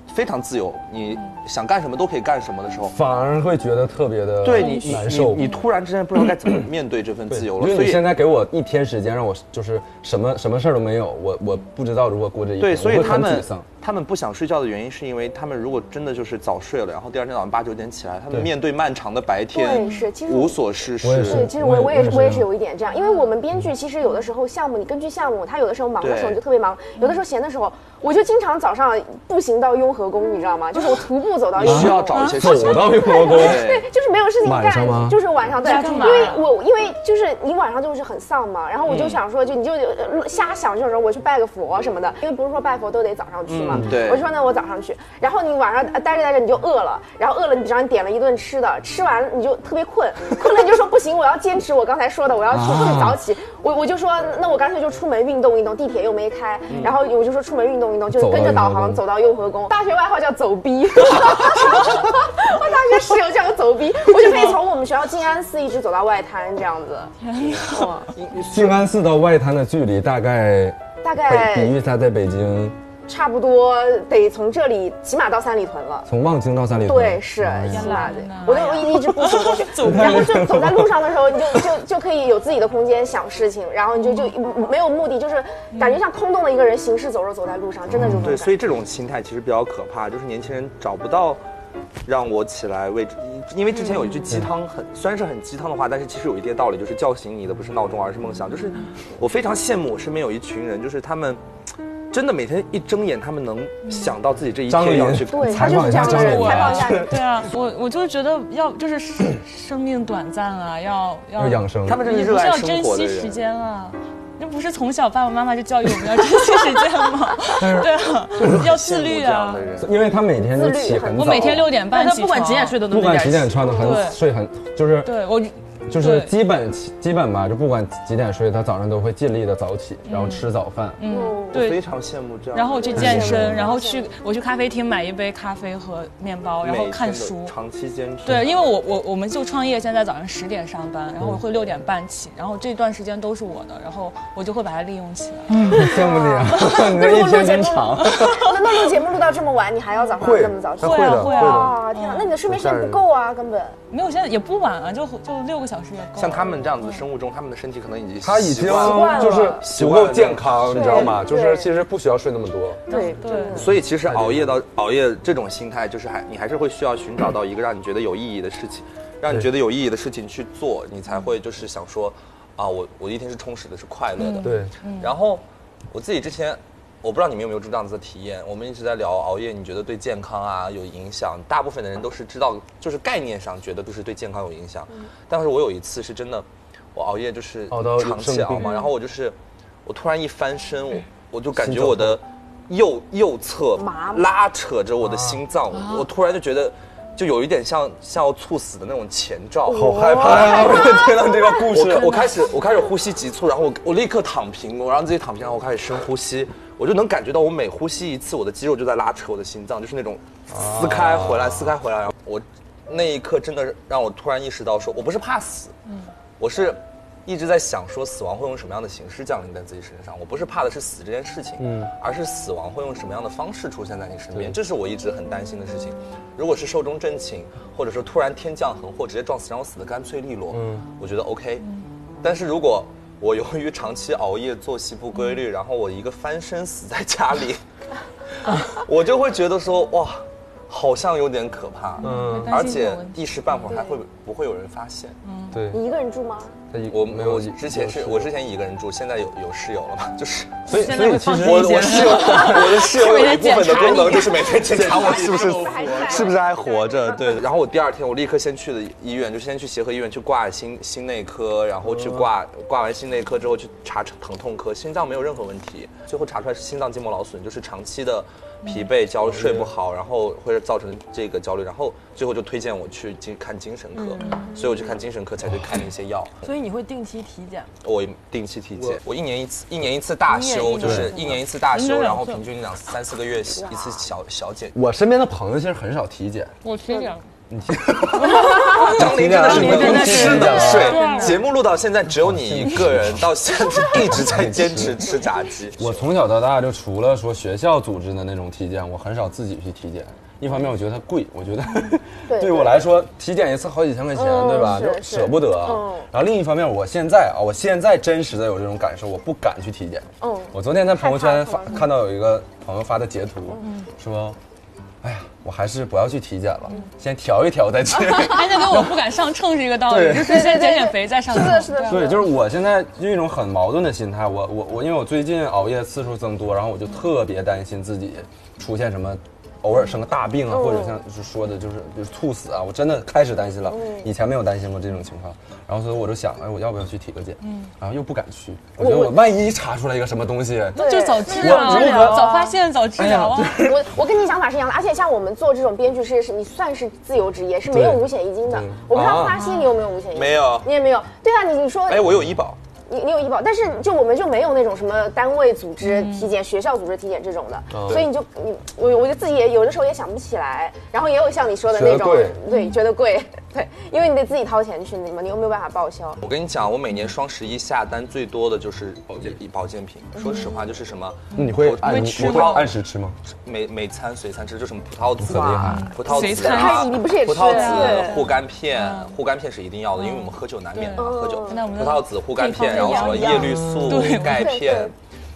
S10: 非常自由，你想干什么都可以干什么的时候。
S6: 反而会觉得特别的
S10: 对你，
S6: 嗯难
S10: 你
S6: 受。
S10: 你突然之间不知道该怎么面对这份
S6: 对
S10: 自由了，
S6: 因
S10: 所
S6: 为你
S10: 以
S6: 现在给我一天时间，让我就是什么什么事儿都没有，我我不知道如何过这一天，
S10: 对，所以
S6: 我会
S10: 他
S6: 很
S10: 们
S6: 沮丧。
S10: 他们不想睡觉的原因，是因为他们如果真的就是早睡了，然后第二天早上八九点起来，他们
S6: 对
S10: 面对漫长的白天
S8: 对是其实
S10: 无所事
S6: 我也
S10: 事，
S6: 是
S8: 对，其实我也
S6: 我
S8: 我
S6: 也
S8: 也
S6: 是
S8: 是
S6: 这
S8: 我也是
S6: 样
S8: 有一点这样，因为我们编剧其实有的时候项目，你根据项目，他有的时候忙的时候
S10: 对
S8: 你就特别忙，有的时候闲的时候，我就经常早上步行到雍和宫，你知道吗？就是我徒步走到
S10: 你
S8: 雍和
S10: 需
S8: 宫。
S10: 要找一些事情
S6: 走。到雍和宫，
S10: 对，
S8: <laughs> 就是没有事情
S6: 晚上吗
S8: 干，就是晚上对，
S3: 干
S8: 因
S3: 嘛
S8: 为我因为就是你晚上就是很丧嘛，然后我
S6: 嗯
S8: 就想说，就你就呃瞎想这种人，我去拜个佛什么的，因为不是说拜佛都得早上去嘛
S10: 嗯，对
S8: 我就说那我早上去，然后你晚上呃待着待着你就饿了，然后饿了你比方你点了一顿吃的，吃完你就特别困， <laughs> 困了你就说不行，我要坚持我刚才说的，我要去
S6: 啊
S8: 去早起，我我就说那我干脆就出门运动运动，地铁又没开，
S6: 嗯
S8: 然后我就说出门运动运动，就是
S6: 走到
S8: 跟着导
S6: 雍和
S8: 航
S6: 宫
S8: 走到雍和宫，大学外号叫走逼。 <laughs> 我大学室友叫我走逼，我就可以从我们学校静安寺一直走到外滩这样子，
S6: 静安寺到外滩的距离大概
S8: 大
S6: 北，比
S8: 概
S6: 喻它在北京，
S8: 差不多得从这里起码到三里屯了。
S6: 从望京到三里屯， <laughs>
S8: 对，是
S6: 哎呀
S8: 起码得，我就我一一直步行过去，然后就走在路上的时候，你就就就可以有自己的空间想事情，然后你就就没有目的，就是感觉像空洞的一个人行尸走肉走在路上，真的就是这
S10: 对，
S8: 种感
S10: 所
S8: 觉。
S10: 以这种心态其实比较可怕，就是年轻人找不到让我起来为，因为之前有一句鸡汤很，虽然是很鸡汤的话，但是其实有一定道理，就是叫醒你的不是闹钟，而是梦想。就是我非常羡慕我身边有一群人，就是他们真的每天一睁眼，他们能想到自己这一
S6: 张琳
S10: 天要去。
S8: 对，他
S6: 采
S8: 就
S6: 访
S8: 是
S6: 一下
S8: 这样的
S6: 张
S8: 人，
S6: 琳
S8: 采
S6: 吧
S8: 访一下你。
S7: 对啊，我我就觉得要就是生 <clears throat> 生命短暂啊，要要
S6: 要养生。
S10: 他们真的
S7: 你
S10: 热
S7: 不是
S10: 爱
S7: 要
S10: 生
S7: 珍
S10: 活的
S7: 惜时
S10: 人，
S7: 间啊？那不是从小爸爸妈妈就教育我们要珍惜时间吗？ <laughs> 对啊，要自
S10: 羡慕
S7: 律
S10: 这样
S7: 啊
S10: 的！人。
S6: 因为他每天就起很早，
S7: 我每天六点
S3: 但
S7: 半
S3: 他
S7: 起
S3: 不
S7: 床，
S3: 管几点睡都能
S6: 不管
S3: 准
S6: 几
S3: 点
S6: 点
S3: 起
S6: 穿的
S7: 对
S6: 很睡很就是
S7: 对我
S6: 就是基本基本吧，就不管几点睡，他早上都会尽力的早起，然后吃早饭。 <laughs>
S8: <laughs>
S10: 嗯，
S7: 对
S10: 我非常羡慕这样的人。
S7: 然后我去健身，然后去我去咖啡厅买一杯咖啡和面包，然
S10: 每
S7: 后
S10: 天
S7: 看
S10: 的
S7: 书。
S10: 长期坚持。
S7: 对，因为我我我们就创业，现在早上十点上班，然后我会六点半起，然后这段时间都是我的，然后我就会把它利用起来。
S6: 羡慕你啊，你这一天真长。
S8: 那 <laughs> 那录节目录到这么晚，你还要早上
S5: 会
S8: 这么早起
S5: 他？会的，
S7: 会
S5: 会
S7: 啊
S5: 的。
S8: 啊天哪，那你的睡眠时间不够啊，根本。
S7: 没有，现在也不晚啊，就就六个小时也够了。
S10: 像他们这样子的生物钟，他们的身体可能已经
S5: 他已经
S10: 习惯了
S5: 就是
S10: 习
S5: 足
S10: 惯
S5: 够
S10: 了
S5: 健康，你知道吗？
S8: 对
S5: 就是其实不需要睡那么多。
S8: 对
S7: 对，
S10: 所以其实熬夜到熬夜这种心态，就是还你还是会需要寻找到一个让你觉得有意义的事情，让你觉得有意义的事情去做，你才会就是想说，啊，我我一天是充实的，是快乐的。
S5: 对，
S10: 然后我自己之前，我不知道你们有没有这样子的体验。我们一直在聊熬夜，你觉得对健康啊有影响？大部分的人都是知道，就是概念上觉得都是对健康有影响。
S5: 嗯
S10: 但是我有一次是真的，我熬夜就是
S5: 熬到
S10: 长期
S5: 生
S10: 熬嘛，
S5: 病
S10: 然后我就是我突然一翻身，我我就感觉我的右右侧
S8: 麻木
S10: 拉扯着我的心脏，我突然就觉得。就有一点像像要猝死的那种前兆，
S5: 好害怕呀！我的天呐，这个故
S10: 我我开始我开始呼吸急促，然后我我立刻躺平，我让自己躺平，然后我开始深呼吸，我就能感觉到我每呼吸一次，我的肌肉就在拉扯我的心脏，就是那种撕开回来，撕开回来。然后我那一刻真的让我突然意识到说，我不是怕死，我是一直在想说死亡会用什么样的形式降临在自己身上，我不是怕的是死这件事情，而是死亡会用什么样的方式出现在你身边，这是我一直很担心的事情。如果是寿终正寝，或者说突然天降横祸直接撞死，让我死的干脆利落，我觉得 OK。但是如果我由于长期熬夜、作息不规律，然后我一个翻身死在家里， <laughs> 我就会觉得说哇，好像有点可怕，嗯，而且一时半会儿还会不会有人发现？
S6: 对，
S8: 你一个人住吗？
S6: 他一
S10: 我没有，我之前是我之
S6: 是，
S10: 前一个人住，现在有有室友了嘛，就是
S6: <laughs> 所以所以其实
S10: 我我室友我的室友有一部分的功能就是每天检查我是不是是不是还活着，对。然后我第二天我立刻先去的呃医院，就先去协和医院去挂心心内科，然后去挂挂完心内科之后去查疼痛科，心脏没有任何问题，最后查出来是心脏筋膜劳损，就是长期的疲惫、焦虑、睡不好，然后会造成这个焦虑，然后最后就推荐我去精看精神科，所以我去看精神科才去看了一些药。
S3: 所以你会定期体检吗？
S10: 我定期体检，我一年一次，一年一次大
S3: 一年
S10: 休，
S3: 一次
S10: 就是一年一次大休，
S3: 嗯
S10: 然后平均两三四个月一次小小检。
S6: 我身边的朋友其实很少体检，
S11: 我体检，
S10: 张琳真的是
S6: 张琳真的是啊
S10: 吃的睡，
S3: 啊
S11: 对
S10: 节目录到现在只有你一个人，到现
S3: <laughs>
S10: 在一直在坚持吃炸鸡。
S6: <laughs> 我从小到大就除了说学校组织的那种体检，我很少自己去体检。一方面我觉得它贵，我觉得
S8: 对
S6: 对我来说体检一次好几千块钱，
S8: 嗯
S6: 对吧？
S8: 是
S6: 就是舍不得。啊
S8: 嗯
S6: 然后另一方面，我现在啊，我现在真实的有这种感受，我不敢去体检。
S8: 嗯
S6: 我昨天在朋友圈
S8: 害怕嗯
S6: 发
S8: 是
S6: 看到有一个朋友发的截图，说。哎呀，我还是不要去体检了，
S8: 嗯
S6: 先调一调再
S8: <laughs>
S6: 去。
S7: 哎，那跟我不敢上秤是一个道理，
S6: 对
S7: 就是先减减肥再上秤。
S8: 是的是的是的
S6: 对，就是我现在用一种很矛盾的心态，我我我，因为我最近熬夜次数增多，然后我就特别担心自己出现什么。偶尔生个大病啊，或者像就是说的，就是比如猝死啊，我真的开始担心了，以前没有担心过这种情况，然后所以我就想，哎，我要不要去体个检？然后又不敢去，嗯哦我觉得我万一查出来一个什么东西，
S8: 对
S7: 就早治疗
S6: 我如
S7: 啊，
S6: 何
S7: 早发现早治疗
S6: 哎 <laughs>
S7: 啊。
S8: 我我跟你想法是一样的，而且像我们做这种编剧事业是，你算是自由职业，是没有
S6: 对
S8: 五险一金的
S6: 对。
S8: 我不知道
S6: 啊
S8: 发西你有没有五险一金？
S10: 没有
S8: 你也没有。对啊，你你说，
S10: 哎，我有医保，
S8: 你你有医保，但是就我们就没有那种什么单位组织体检、学校组织体检这种的，
S5: 哦
S8: 所以你就你我我就自己也有的时候也想不起来，然后也有像你说的那
S5: 觉得
S8: 种
S5: 贵，
S8: 对，觉得贵， <laughs> 对，因为你得自己掏钱去嘛，你又没有办法报销。
S10: 我跟你讲，我每年双十一下单最多的就是保健保健品。说实话，就是什么
S6: 你会按
S10: 我
S6: 你
S10: 吃
S6: 会
S10: 吗
S6: 按时吃吗？
S10: 每每餐随餐吃，就什么葡萄
S6: 很
S10: 籽
S6: 厉
S10: 啊
S6: 害，
S10: 葡萄
S7: 随
S10: 籽
S7: 餐
S10: 啊，
S8: 哎你不是也吃
S10: 葡萄
S8: 对
S10: 籽护肝片，
S7: 嗯
S10: 护肝片是一定要的，因为我们喝酒难免的嘛，
S8: 对
S10: 喝酒
S7: 那我们
S10: 葡
S7: 的
S10: 萄籽护肝片，
S7: 配
S10: 然
S7: 方
S10: 后
S7: 也
S10: 什么
S7: 一样嗯
S10: 叶绿素
S7: 对嗯
S10: 钙
S8: 对
S10: 片
S8: 对，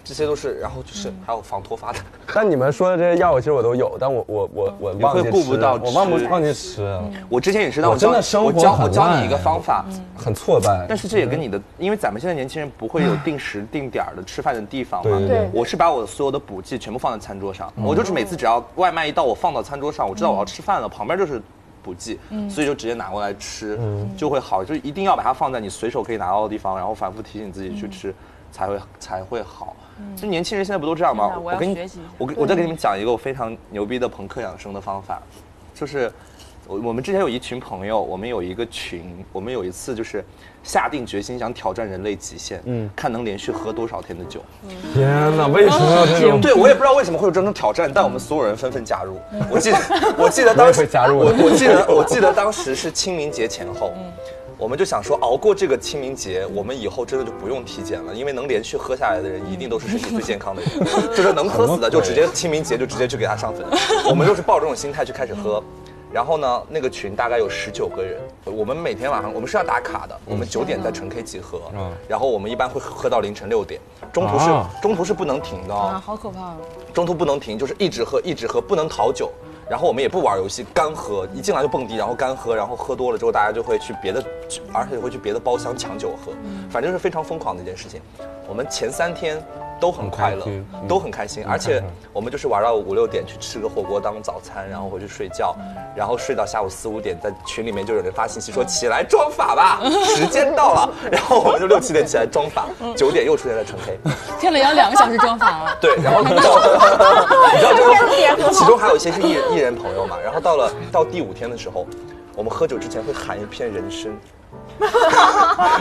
S10: 这些都是，然后就是还有防脱发的。
S5: 但你们说的这些药，其实我都有，但我我
S6: 嗯
S5: 我我
S10: 你
S5: 忘
S10: 会
S5: 记
S10: 顾
S5: 吃
S10: 不到
S5: 了我忘不
S10: 吃
S6: 忘记吃了，
S10: 我之前也是，但
S6: 我
S10: 我教
S6: 真的生活
S10: 我教
S6: 很
S10: 我教
S6: 烂
S10: 你一个方法，
S7: 嗯
S6: 很挫败。
S10: 但是这也跟你的，因为咱们现在年轻人不会有定时定点儿的吃饭的地方嘛
S6: 对对。嗯
S8: 对
S10: 我是把我的所有的补剂全部放在餐桌上，我就是每次只要外卖一到，我放到餐桌上，我知道我要吃饭了，旁边就是。补剂，所以就直接拿过来吃，
S6: 嗯
S10: 就会好，就一定要把它放在你随手可以拿到的地方，然后反复提醒自己去
S6: 嗯
S10: 吃，才会才会好。就年轻人现在不都这样吗
S3: 天哪？我要
S10: 跟你
S3: 学习一下嗯
S10: 我跟我再给你们讲一个我非常牛逼的朋克养生的方法，就是我我们之前有一群朋友，我们有一个群，我们有一次就是下定决心想挑战人类极限，嗯，看能连续喝多少天的酒。
S6: 天哪，为什么要这种？
S10: 对，我也不知道为什么会有这种挑战，但我们所有人纷纷加入。我记得，我记得当
S6: 嗯我也
S10: 时
S6: 会加入
S10: 我
S6: 的嗯
S10: 我记得，我记得当时是清明节前后，我们就想说，熬过这个清明节，我们以后真的就不用体检了，因为能连续喝下来的人，一定都是身体最健康的
S6: 嗯
S10: 人，就是能喝死的就直接清明节就直接去给他上坟。我们就是抱这种心态去开始喝。然后呢，那个群大概有十九个人，我们每天晚上我们是要打卡的，我们九点在纯 K 集合，
S6: 嗯
S10: 然后我们一般会喝到凌晨六点，中途是、
S6: 啊
S10: 中途是不能停的哦，
S11: 啊，好可怕啊！
S10: 中途不能停，就是一直喝，一直喝，不能讨酒。然后我们也不玩游戏，干喝，一进来就蹦迪，然后干喝，然后喝多了之后，大家就会去别的，而且会去别的包厢抢酒喝，
S6: 嗯
S10: 反正是非常疯狂的一件事情。我们前三天都很快乐
S6: 很开心，嗯
S10: 都很开心，而且我们就是玩到五六点去吃个火锅当早餐，然后回去睡觉，
S6: 嗯
S10: 然后睡到下午四五点，在群里面就有人发信息说起来装法吧，时间
S6: <laughs>
S10: 到了，然后我们就六七点起来装法，九点又出现在纯黑。
S11: 天哪，要两个小时装法啊！
S10: 对，然后到了，你知道这个，其中还有一些是艺人艺人朋友嘛。然后到了到第五天的时候，我们喝酒之前会喊一片人参。 <laughs>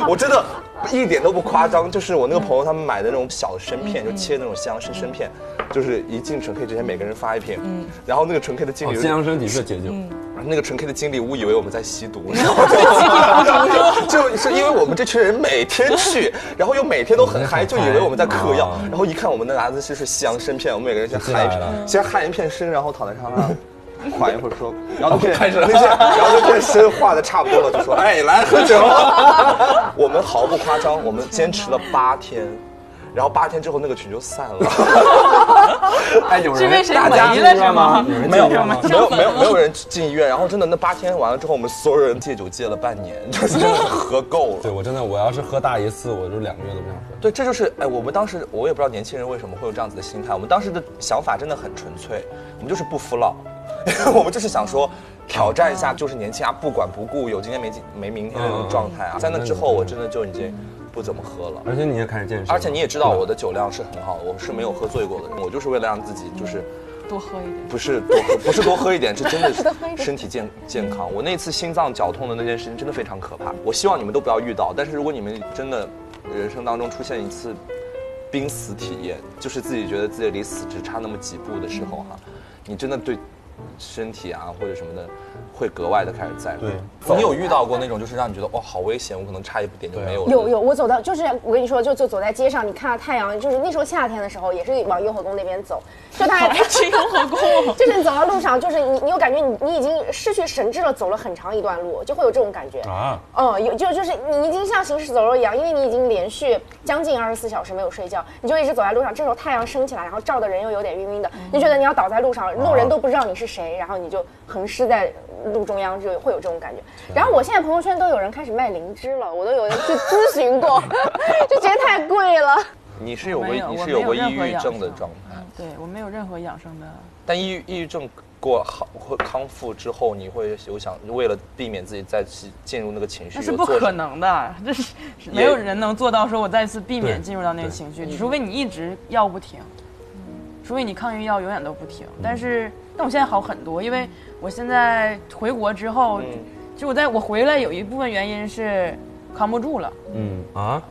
S10: 我真的一点都不夸张，就是我那个朋友他们买的那种小的参片，就切那种西洋参参片，就是一进纯 K 之前每个人发一片，然后那个纯 K 的经
S6: 哦
S10: 理
S6: 健康身体是解酒，
S10: 那个纯 K 的经理误以为我们在吸毒，然后就就是因为我们这群人每天去，然后又每天都很嗨，就以为我们在嗑药
S6: 啊，
S10: 然后一看我们的拿的是是西洋参片，我们每个 <laughs> 人先
S6: 就进
S10: 嗨一
S6: 来
S10: 片，
S6: 了
S10: 先嗨一片参，然后躺在沙发上。缓一会儿 <laughs> 说，然后开始那些， <laughs> 然后那片参化的差不多了，就说：“哎，来喝 <laughs> 酒。”我们毫不夸张，我们坚持了八天，然后八天之后那个群就散了。
S6: 哎，有人
S7: 被谁
S6: 大家
S7: 围
S6: 进
S7: 了
S6: 医院
S7: 是吗
S6: 有人
S10: 没有
S6: 进医
S10: 没有
S6: 院吗
S10: 没有没有没有人进医院，然后真的那八天完了之后，我们所有人戒酒戒了半年， <laughs> 就是真的喝够
S6: 对
S10: 了。
S6: 我真的，我要是喝大一次，我就两个月都不想喝。
S10: 对，这就是哎，我们当时我也不知道年轻人为什么会有这样子的心态，我们当时的想法真的很纯粹，我们就是不服老， <laughs> 我们就是想说挑战一下，就是年轻啊，不管不顾，有今天没今没明天的那种状态啊。
S6: 嗯
S10: 在那之后，我真的就已经不怎么喝了。
S6: 而且你也开始健身了，
S10: 而且你也知道
S6: 嗯
S10: 我的酒量是很好的，我是没有喝醉过的人，我就是为了让自己就是
S7: 多喝一点。
S10: 不是多喝，不是多喝一点，这真的
S3: <laughs>
S10: 是身体健健康。我那次心脏绞痛的那件事情真的非常可怕，我希望你们都不要遇到。但是如果你们真的人生当中出现一次濒死体验，就是自己觉得自己离死只差那么几步的时候哈、
S3: 嗯
S10: 你真的对身体啊或者什么的会格外的开始在乎。
S6: 对
S10: 你有遇到过那种就是让你觉得哇好危险，我可能差一点就没有了？
S8: 有有，我走到就是我跟你说，就就走在街上，你看到太阳，就是那时候夏天的时候，也是往雍和宫那边走，就大家 <laughs> 去雍和宫，就是你走到路上，就是你你有感觉你你已经失去神智了，走了很长一段路，就会有这种感觉。
S6: 啊，
S8: 嗯，有就就是你已经像行尸走肉一样，因为你已经连续将近二十四小时没有睡觉，你就一直走在路上。这时候太阳升起来，然后照的人又有点晕晕的，
S10: 嗯
S8: 你就觉得你要倒在路上，路人都不知道你是谁，然后你就横尸在路中央，就会有这种感觉。
S10: 啊
S8: 然后我现在朋友圈都有人开始卖灵芝了，我都有去咨询
S10: <laughs>
S8: 过，就觉得太贵了。
S10: 你是有过
S3: 没有
S10: 你
S3: 我
S10: 是
S3: 没
S10: 有
S3: 有
S10: 过抑
S3: 任何
S10: 郁
S3: 养
S10: 症的
S3: 生
S10: 状态。
S3: 对我没有任何养生的，
S10: 但抑郁抑郁症过好会康复之后，你会有想为了避免自己再去进入那个情绪，
S3: 那是
S10: 有
S3: 不
S10: 做
S3: 可
S10: 什么。
S3: 能的，
S6: <laughs>
S3: 这是
S10: 也
S3: 没有人能做到说我再次避免
S6: 对
S3: 进入到那个
S6: 对
S3: 情绪，除非你一直药不停，除非你抗抑郁药永远都不停。
S6: 嗯
S3: 但是，但我现在好很多，因为我现在回国之
S6: 嗯
S3: 后，就我在我回来有一部分原因是扛不住了，
S6: 嗯啊，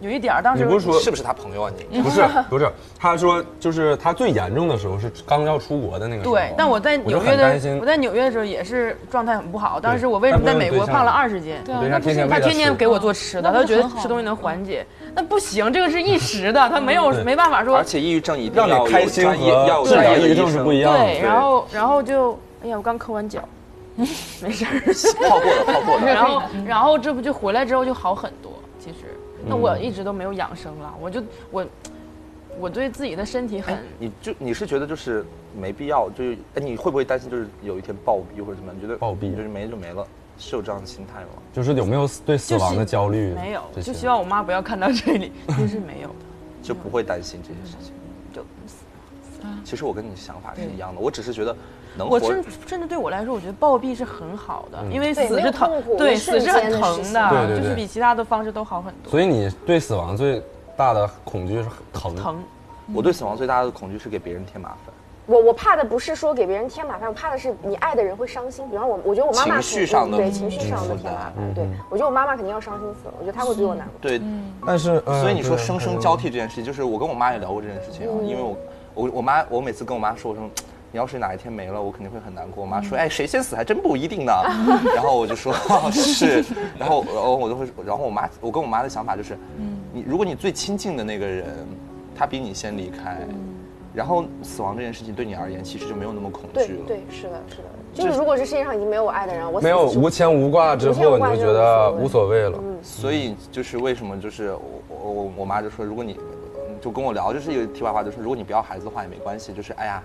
S3: 有一点儿当时
S6: 你不是说
S10: 是不是他朋友啊你？
S6: 不是不是，他说就是他最严重的时候是刚要出国的那个时候。
S3: 对，但我
S6: 我
S3: 在
S6: 就
S3: 纽约
S6: 很担
S3: 的
S6: 心
S3: 我在纽约的时候也是状态很不好，当时我为
S6: 那
S3: 什么
S6: 不
S3: 在
S6: 是
S3: 美
S6: 对
S3: 国
S6: 象
S3: 胖了
S6: 吗
S3: 二十斤？嗯
S6: 对啊，天天
S3: 他
S6: 喂
S3: 天天
S6: 吃
S3: 给我做吃的，他就觉得
S11: 很好
S3: 吃东西能缓解。那不行，这个是一时
S6: 嗯
S3: 的，他没有没办法说
S10: 而且抑郁症一定
S6: 让
S10: 要
S6: 你开心
S10: 有专业要
S6: 和
S10: 有
S6: 治疗
S10: 专
S6: 抑
S10: 业
S6: 郁
S10: 的
S6: 症是不一
S10: 样。
S6: 样的。
S3: 对，然后然后就哎呀，我刚抠完脚，没事儿。
S10: 泡过了，泡过了。
S3: <laughs> 然后
S8: 嗯
S3: 然后这不就回来之后就好很多，其实。
S6: 嗯
S3: 那我一直都没有养生了，我就我我对自己的身体很
S10: 你就你是觉得就是没必要，就是哎，你会不会担心就是有一天暴毙或者怎么样？你觉得
S6: 暴毙
S10: 就是没就没了，是有这样的心态吗？
S6: 就是有没有死对死
S3: 就是
S6: 亡的焦虑？
S3: 没有，
S6: 嗯这
S3: 就
S6: 些
S3: 希望我妈不要看到这里，就是没
S6: <laughs>
S3: 有的。
S10: 就不会担心这些事情。
S3: 嗯就
S10: 其实我跟你想法是一样的，我只是觉得能
S3: 我
S10: 活。
S3: 甚甚至对我来说，我觉得暴毙是很好的，因为
S8: 对
S3: 死
S8: 没
S3: 是
S8: 有
S3: 疼
S8: 痛苦，
S3: 对，
S8: 一
S3: 死
S8: 瞬
S3: 是很
S8: 间的事
S3: 疼
S8: 情
S3: 的，
S6: 嗯对对
S3: 就是
S6: 对
S3: 比其他的方式都好很多。
S6: 所以你对死亡最大的恐惧是疼。
S3: 疼，
S10: 我对死亡最大的恐惧是给别人添麻烦。
S8: 我我怕的不是说给别人添麻烦，我怕的是你爱的人会伤心。比方我，我觉得我妈妈嗯
S10: 情绪上的
S8: 对情绪上的
S10: 负
S8: 添麻
S10: 担嗯
S8: 烦，对我觉得我妈妈肯定要伤心死了，我觉得她会比我难过。
S10: 对，
S3: 嗯
S5: 但是，
S6: 哎
S5: 呃
S10: 所以你说
S5: 对
S10: 生生交替这件事，就是我跟我妈也聊过这件事情啊，
S8: 嗯
S10: 因为我我我妈，我每次跟我妈说，我说。你要是哪一天没了，我肯定会很难过。我妈
S8: 嗯
S10: 说：“哎，谁先死还真不一
S8: <laughs>
S10: 定呢。”然后我就说：“哦是。”然后，然后我就会，然后我妈，我跟我妈的想法就是，
S8: 嗯
S10: 你如果你最亲近的那个人，他比你先离开，
S8: 嗯
S10: 然后死亡这件事情对你而言其实就没有那么恐
S8: 对
S10: 惧了。
S8: 对，是的，是的，就是如果这世界上已经没有我爱的人，我死
S5: 没有
S8: 了就
S5: 无牵无挂之
S8: 无
S5: 后，
S8: 牵无
S5: 你
S8: 挂
S5: 就觉
S8: 就
S5: 得
S8: 无
S5: 无
S8: 所
S5: 所谓了。
S10: 所以就是为什么就是我我我我妈就说，如果你嗯就跟我聊，就是有题外话，就是如果你不要孩子的话也没关系，就是哎呀，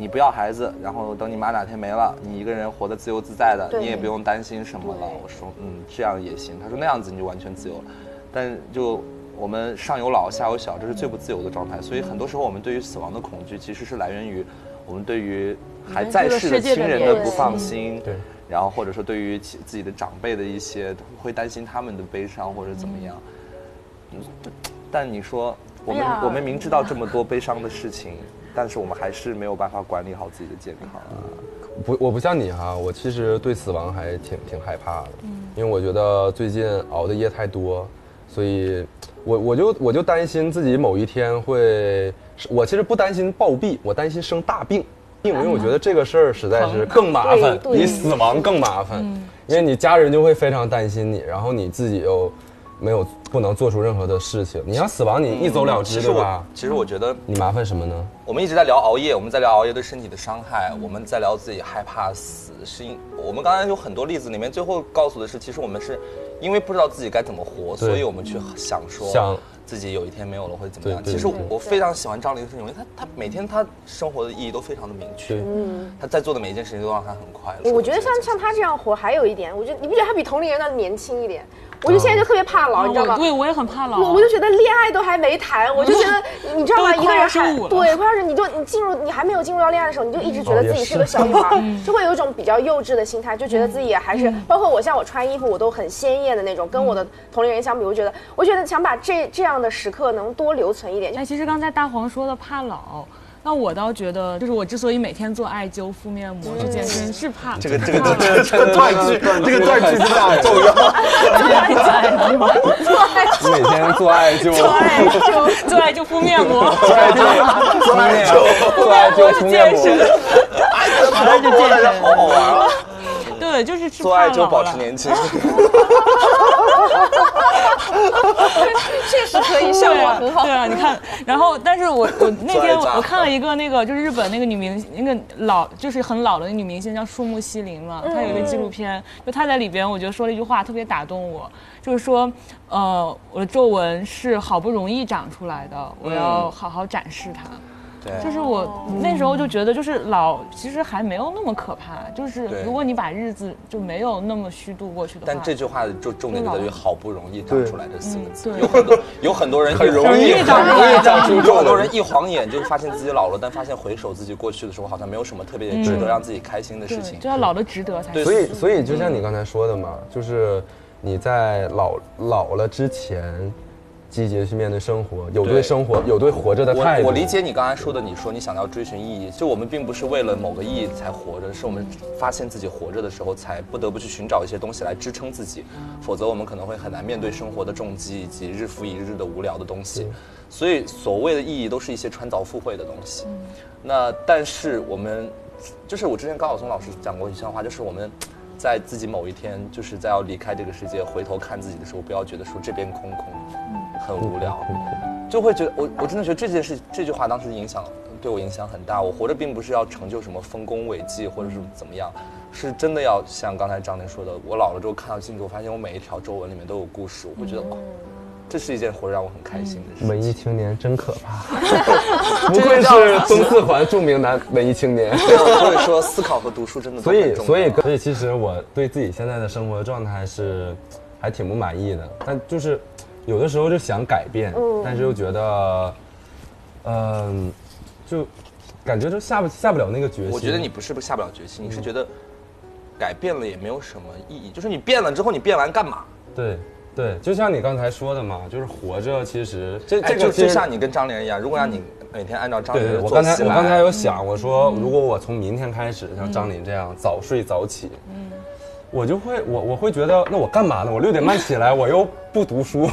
S10: 你不要孩子，然后等你妈哪天没了，你一个人活得自由自在的，
S8: 对
S10: 你也不用担心什么了
S8: 对。
S10: 我说嗯，这样也行。她说那样子你就完全自由了，但就。我们上有老下有小，这是最不自由的状态。所以很多时候，我们对于死亡的恐惧，其实是来源于我们对于还在世的亲人嗯的不放心，
S5: 对，
S10: 然后或者说对于其自己的长辈的一些会担心他们的悲伤或者怎么样。哎嗯但你说我们、我们明知道这么多悲伤的事 <laughs> 情，但是我们还是没有办法管理好自己的健康啊。
S6: 不，我不像你哈，我其实对死亡还挺挺害怕的，
S8: 嗯
S6: 因为我觉得最近熬的夜太多，所以我我就我就担心自己某一天会，我其实不担心暴毙，我担心生大病，病，因为我觉得这个事儿实在是更麻烦，
S8: 对对嗯
S6: 比死亡更麻烦，因为你家人就会非常担心你，然后你自己又没有不能做出任何的事情，你要死亡你一走了之，
S10: 嗯其实
S6: 对
S10: 我
S6: 吧？
S10: 其实我觉得
S6: 你麻烦什么呢？
S10: 我们一直在聊熬夜，我们在聊熬夜对身体的伤害，
S6: 嗯
S10: 我们在聊自己害怕死，是因我们刚才有很多例子里面，最后告诉的是，其实我们是因为不知道自己该怎么活，所以我们去想说，
S6: 想
S10: 自己有一天没有了会怎么样。
S6: 对对
S10: 其实我
S6: 对
S10: 我非常喜欢张琳的事情，因为她她每天她生活的意义都非常的明确
S6: 对，
S10: 她在做的每一件事情都让她很快
S8: 嗯
S10: 乐。
S8: 我觉得像
S10: 这
S8: 像他这样活，还有一点，我觉得你不觉得他比同龄人的年轻一点？我就现在就特别怕老，你知道
S7: 啊我
S8: 吗？
S7: 对我也很怕老，
S3: 啊
S8: 我我就觉得恋爱都还没谈，我就觉
S7: <laughs>
S8: 得你知道吗？
S7: 都
S8: 一个人
S7: 快
S8: 还
S7: 25了
S8: 对快二十，你就你进入你还没有进入到恋爱的时候，你就一直觉得
S6: 哦也
S8: 自己是
S6: 是
S8: 个小女孩儿，就会有一种比较幼稚的心态，就觉得自己也还
S7: 嗯
S8: 是包括我像我穿衣服我都很鲜艳的那种，跟我的同龄人相比，我觉得我觉得想把这这样的时刻能多留存一点，就
S7: 哎，其实刚才大黄说的怕老，那我倒觉得，就是我之所以每天做艾灸、敷面膜这件事情，是怕
S10: 这个这个这个这个断句，这个断句真的好重要。
S5: 你每天做爱就做
S7: 艾灸， <laughs> 做艾灸敷面膜，
S5: 爱就做爱就做爱就敷面
S7: <laughs>
S5: 膜，
S10: 哎，这健身好好玩啊！
S8: <laughs>
S7: 对，就是是
S10: 做
S7: 怕
S10: 爱就
S7: 老
S10: 保
S7: 了
S10: 持。年轻。
S12: 确实可以
S7: 对
S12: 效
S7: <laughs>
S12: 果
S7: 啊
S12: 很好。
S7: 对啊，你看，然后但是我我那天
S10: 做爱
S7: 我
S10: 渣
S7: 我看了一个那个就是日本那个女明那个老就是很老的女明星叫树木希林嘛，
S12: 嗯
S7: 她有一个纪录片，就她在里边我觉得说了一句话特别打动我，就是说，呃，我的皱纹是好不容易长出来的，我要好好展示它。
S10: 对
S7: 就是我那时候就觉得，就是老其实还没有那么可怕，就是
S10: 对
S7: 如果你把日子就没有那么虚度过去的话，
S10: 但这句话就重点就在于“好不容易长出来”这四个字。
S7: 对
S10: 有很多有很多人 <laughs> 很容
S7: 易
S10: 很
S7: 长出来
S10: 容易长出有很多人一晃眼就发现自己老了，但发现回首自己过去的时候，好像没有什么特别值得让自己开心的事
S7: 对
S10: 情。
S7: 嗯就要老的值得才
S10: 嗯对
S7: 行
S6: 所以，所以就像你刚才说的嘛，就是你在老老了之前，积极地去面对生活，有
S10: 对
S6: 对生活，有对活着的态
S10: 我
S6: 度。
S10: 我理解你刚才说的，你说你想要追寻意义，就我们并不是为了某个意义才活着，是我们发现自己活着的时候，才不得不去寻找一些东西来支撑自己，否则我们可能会很难面对生活的重击以及日复一日的无聊的东西。所以所谓的意义，都是一些穿凿附会的东西。那但是我们，就是我之前高晓松老师讲过一句话，就是我们。在自己某一天，就是在要离开这个世界，回头看自己的时候，不要觉得说这边空空，很无聊，
S6: 嗯
S10: 就会觉得我我真的觉得这件事这句话当时影响对我影响很大。我活着并不是要成就什么丰功伟绩或者是怎么样，是真的要像刚才张琳说的，我老了之后看到镜子，我发现我每一条皱纹里面都有故事，我会觉得、哦，这是一件活着让我很开心的事情。
S6: 文艺青年真可怕，不愧是东四环著名男文艺青年。
S10: 所以说，思考和读书真的都
S6: 所
S10: 很
S6: 以，
S10: 重要
S6: 所以，所以，其实我对自己现在的生活状态是还挺不满意的，但就是有的时候就想改变，但是又觉得，嗯、就感觉就下不下不了那个决心。
S10: 我觉得你不是不下不了决心，
S6: 嗯
S10: 你是觉得改变了也没有什么意义，就是你变了之后你变完干嘛？
S6: 对。对，就像你刚才说的嘛，就是活着，其实这
S10: 哎
S6: 这
S10: 就
S6: 个其
S10: 就
S6: 实
S10: 像你跟张琳一样，如果让你每天按照张
S6: 对
S10: 琳
S6: 对，对
S10: 的
S6: 我
S10: 作
S6: 刚才
S10: 息
S6: 我
S10: 来
S6: 刚才有想，我说如果我从明天开始像张琳这样早睡早起，我就会我我会觉得那我干嘛呢？我六点半起来，我又不读
S10: <laughs>
S6: 书，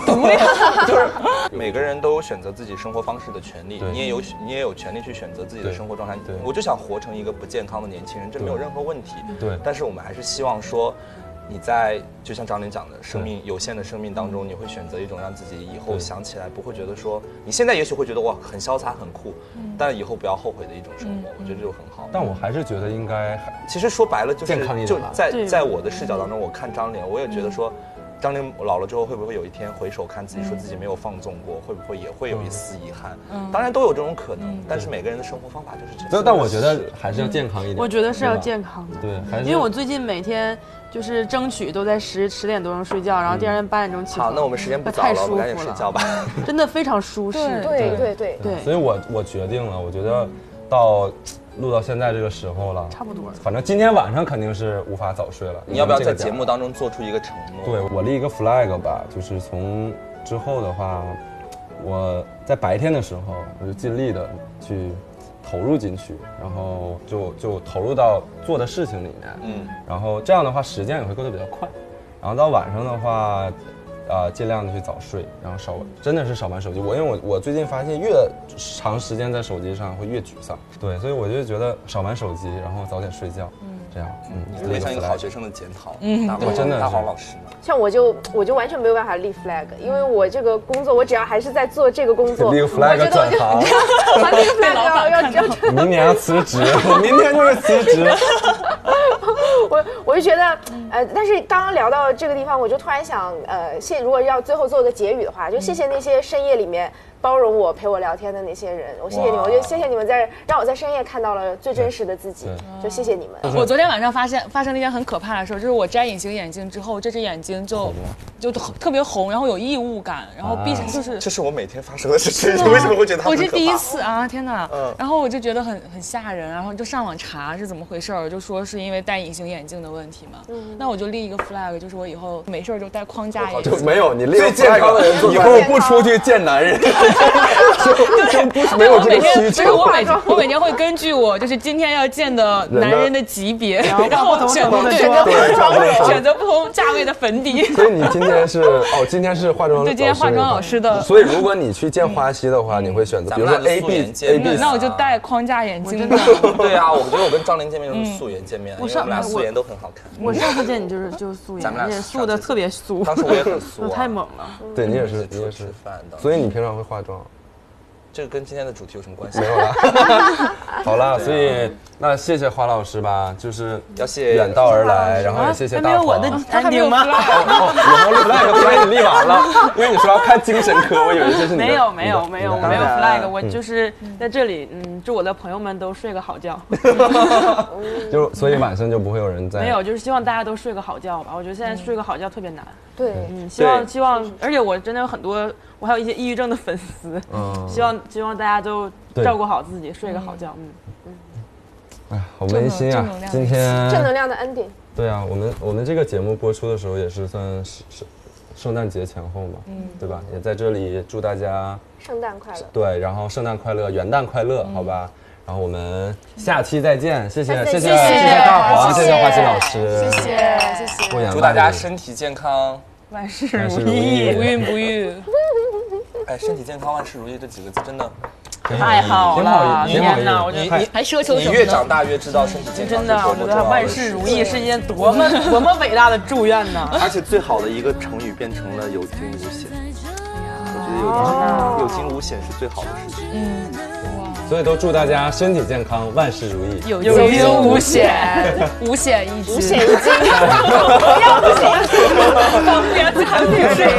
S6: 就是
S10: 每个人都有选择自己生活方式的权利
S6: 对，
S10: 你也有你也有权利去选择自己的
S6: 对
S10: 生活状态。
S6: 对
S10: 我就想活成一个不健康的年轻人，这没有任何问题。
S6: 对
S10: 但是我们还是希望说，你在就像张琳讲的，生命有限的生命当中，你会选择一种让自己以后
S6: 对
S10: 想起来不会觉得说，你现在也许会觉得哇很潇洒很酷，但以后不要后悔的一种生
S6: 嗯
S10: 活，我觉得这就很好。
S6: 但我还是觉得应该
S10: 其实说白了就是
S6: 健康一点
S10: 就
S6: 吧
S10: 在在我的视角当中，我看张琳，我也觉
S7: 嗯
S10: 得说，张琳老了之后会不会有一天回首看自己，
S7: 嗯
S10: 说自己没有放纵过，会不会也会有一丝遗憾？当然都有这种可
S7: 嗯
S10: 能，但是每个人的生活方法就是这
S6: 但
S10: 样。
S6: 但我觉得还是要健康一点。
S1: 嗯我觉得是要
S6: 对吧
S1: 健康的，
S6: 对，还是
S1: 因为我最近每天就是争取都在十十点多钟睡觉，然后第二天八点钟起床。
S10: <laughs> 嗯好，那我们时间不早
S1: 太
S10: 了，我
S1: 舒
S10: 们赶紧
S1: 服
S10: 睡
S1: 了
S10: 觉吧。
S7: 嗯
S1: 真的非常舒适。
S8: 对对对，
S1: 对
S6: 所以我我决定了，我觉得到录到现在这个时候了，
S1: 差不多了。
S6: 反正今天晚上肯定是无法早睡了。
S10: <laughs> 你要不要在
S6: 这个点
S10: 节目当中做出一个承诺？嗯
S6: 对我立一个 flag 吧，就是从之后的话，我在白天的时候，我就尽力的去投入进去，然后就就投入到做的事情里面，
S10: 嗯，
S6: 然后这样的话时间也会过得比较快，然后到晚上的话。啊、尽量的去早睡，然后少玩真的是少玩手机。我因为我我最近发现，越长时间在手机上会越沮丧。对，所以我就觉得少玩手机，然后早点睡觉，这样。嗯，
S10: 你特
S6: 立
S10: 别像一个
S6: flag
S10: 好学生的检讨。嗯，
S6: 我真的
S10: 大
S6: 是
S10: 黄老师呢？
S8: 像我就我就完全没有办法立 flag，因为我这个工作，我只要还是在做这个工作，我
S6: 立
S8: 觉
S6: 个
S8: 得
S6: flag
S8: 我就
S6: 转行
S8: <laughs> 我立 flag 要要要
S6: 明年要辞职， <laughs> 我明天就是辞
S7: <laughs>
S6: 职。
S8: 我我就觉得，呃，但是刚刚聊到这个地方，我就突然想，呃，谢，如果要最后做个结语的话，就谢谢那些深夜里面包容我、陪我聊天的那些人，我谢谢你们，
S10: 哇
S8: 我觉得谢谢你们在让我在深夜看到了最真实的自己，就谢谢你们。
S7: 我昨天晚上发现发生了一件很可怕的事儿，就是我摘隐形眼镜之后，这只眼睛就就特别红，然后有异物感，然后闭上就是。
S10: 这是我每天发生的事情，为什么会觉得它
S7: 我
S10: 很
S7: 是
S10: 可
S7: 第一
S10: 怕
S7: 次啊，天哪！
S10: 嗯
S7: 然后我就觉得很很吓人，然后就上网查是怎么回事儿，就说是因为戴隐形眼镜的问题嘛。那我就立一个 flag，就是我以后没事儿就戴框架眼镜
S5: 就。没有你立
S10: 最健康的人做
S5: 以
S10: 饭
S5: 后不出去见男人，就就不没有这
S7: 每
S5: 个
S7: 天
S5: 需
S7: 不是
S5: 求
S7: 我。每天我每天会根据我就是今天要见的男人的级别，然后选择对
S5: 对，差不多
S7: 选择不同价位的粉底。
S5: 所以你今天是哦，今天是化妆
S7: 对，今天化妆老师的，
S5: 所以如果你去见花溪的话，你会选择比
S10: 咱们
S5: 如说
S10: 俩的
S5: A
S10: 素颜
S5: B
S10: 见
S5: A
S10: 面
S5: B
S7: 那我就戴框架眼镜吧。
S10: <laughs> 对啊，我觉得我跟张琳见面就是素颜见面，因为我
S1: 上
S10: 们俩
S1: 嗯我
S10: 素颜都很好看。
S1: 我上次见你就是就是素颜
S10: 咱，们俩
S1: 而且素的
S10: 上次
S1: 特别酥，
S10: 当时我也很素啊
S1: 太猛了。
S5: 对你也是你
S10: 出
S5: 也
S10: 去
S5: 是
S10: 吃，饭的，
S5: 所以你平常会化妆。
S10: 这个跟今天的主题有什么关系？
S5: 没有啦，好啦，所以那谢谢花老师吧，就是
S10: 啊要谢
S5: 远道而来，然后也谢谢
S1: 还
S5: 大
S1: 啊没
S5: 黄。
S1: 有
S10: 啊
S1: 我的
S7: 哦他还没有
S1: ending 吗？
S7: flag
S5: 哦，以后立 flag 不然你立完了，因为你说要看精神科，我以为这是你的
S1: <laughs> <laughs> 没有没有没有，
S5: 你
S1: 我
S5: 的
S1: 没有
S10: 当然
S1: flag，我就是在这里，嗯，祝我的朋友们都睡个好觉。
S6: 就所以晚上就不会有人
S1: <laughs>
S6: 在。
S1: 没有，就是希望大家都睡个好觉吧。我觉得现
S7: 嗯
S1: 在睡个好觉特别难，
S8: 对，
S1: 嗯，希望
S10: 对
S1: 希望，而且我真的有很多，我还有一些抑郁症的粉丝，
S5: 嗯
S1: 希望希望大家都
S6: 对
S1: 照顾好自己，睡个好觉。嗯，
S6: 哎，好温馨啊！今天
S8: 正能量的 ending，
S6: 对啊，我们我们这个节目播出的时候也是算是是圣诞节前后嘛，
S1: 嗯
S6: 对吧？也在这里祝大家
S8: 圣诞快乐。
S6: 对，然后圣诞快乐，元旦快
S1: 嗯
S6: 乐，好吧？然后我们下期再见，谢谢
S1: 啊
S8: 下期
S6: 谢谢
S8: 再见
S6: 谢谢大黄，
S8: 谢
S6: 谢
S8: 谢
S6: 谢花心老师，
S7: 谢谢。
S6: 不言
S10: 祝大
S6: 万
S10: 家
S6: 里
S10: 身体健康，
S1: 万事
S6: 万
S1: 如
S6: 事
S1: 意
S6: 如意，
S7: 不孕不育，
S10: 哎，身体健康，万事如意这几个字真的，
S1: 太好
S6: 挺好
S1: 了，
S6: 意挺好
S1: 天哪，我
S10: 你
S1: 觉
S10: 你
S1: 得
S7: 还奢求
S10: 你
S7: 什么
S10: 越
S7: 呢？
S10: 长大越知道身体健康
S1: 真
S10: 是
S1: 的，
S10: 多
S1: 我
S10: 么
S1: 觉
S10: 重要
S1: 得
S10: 的
S1: 万事
S10: 事
S1: 如意是一件多么多么伟大的祝愿呐！ <laughs>
S10: 而且最好的一个成语变成了有惊无险，
S1: 哦
S10: 我觉得有惊有惊无险是最好的事情。
S6: 所以都祝大家身体健康，万事如意。
S7: 有惊无险，五 <laughs> 险一金，
S8: 五险一金，
S7: 方便产品。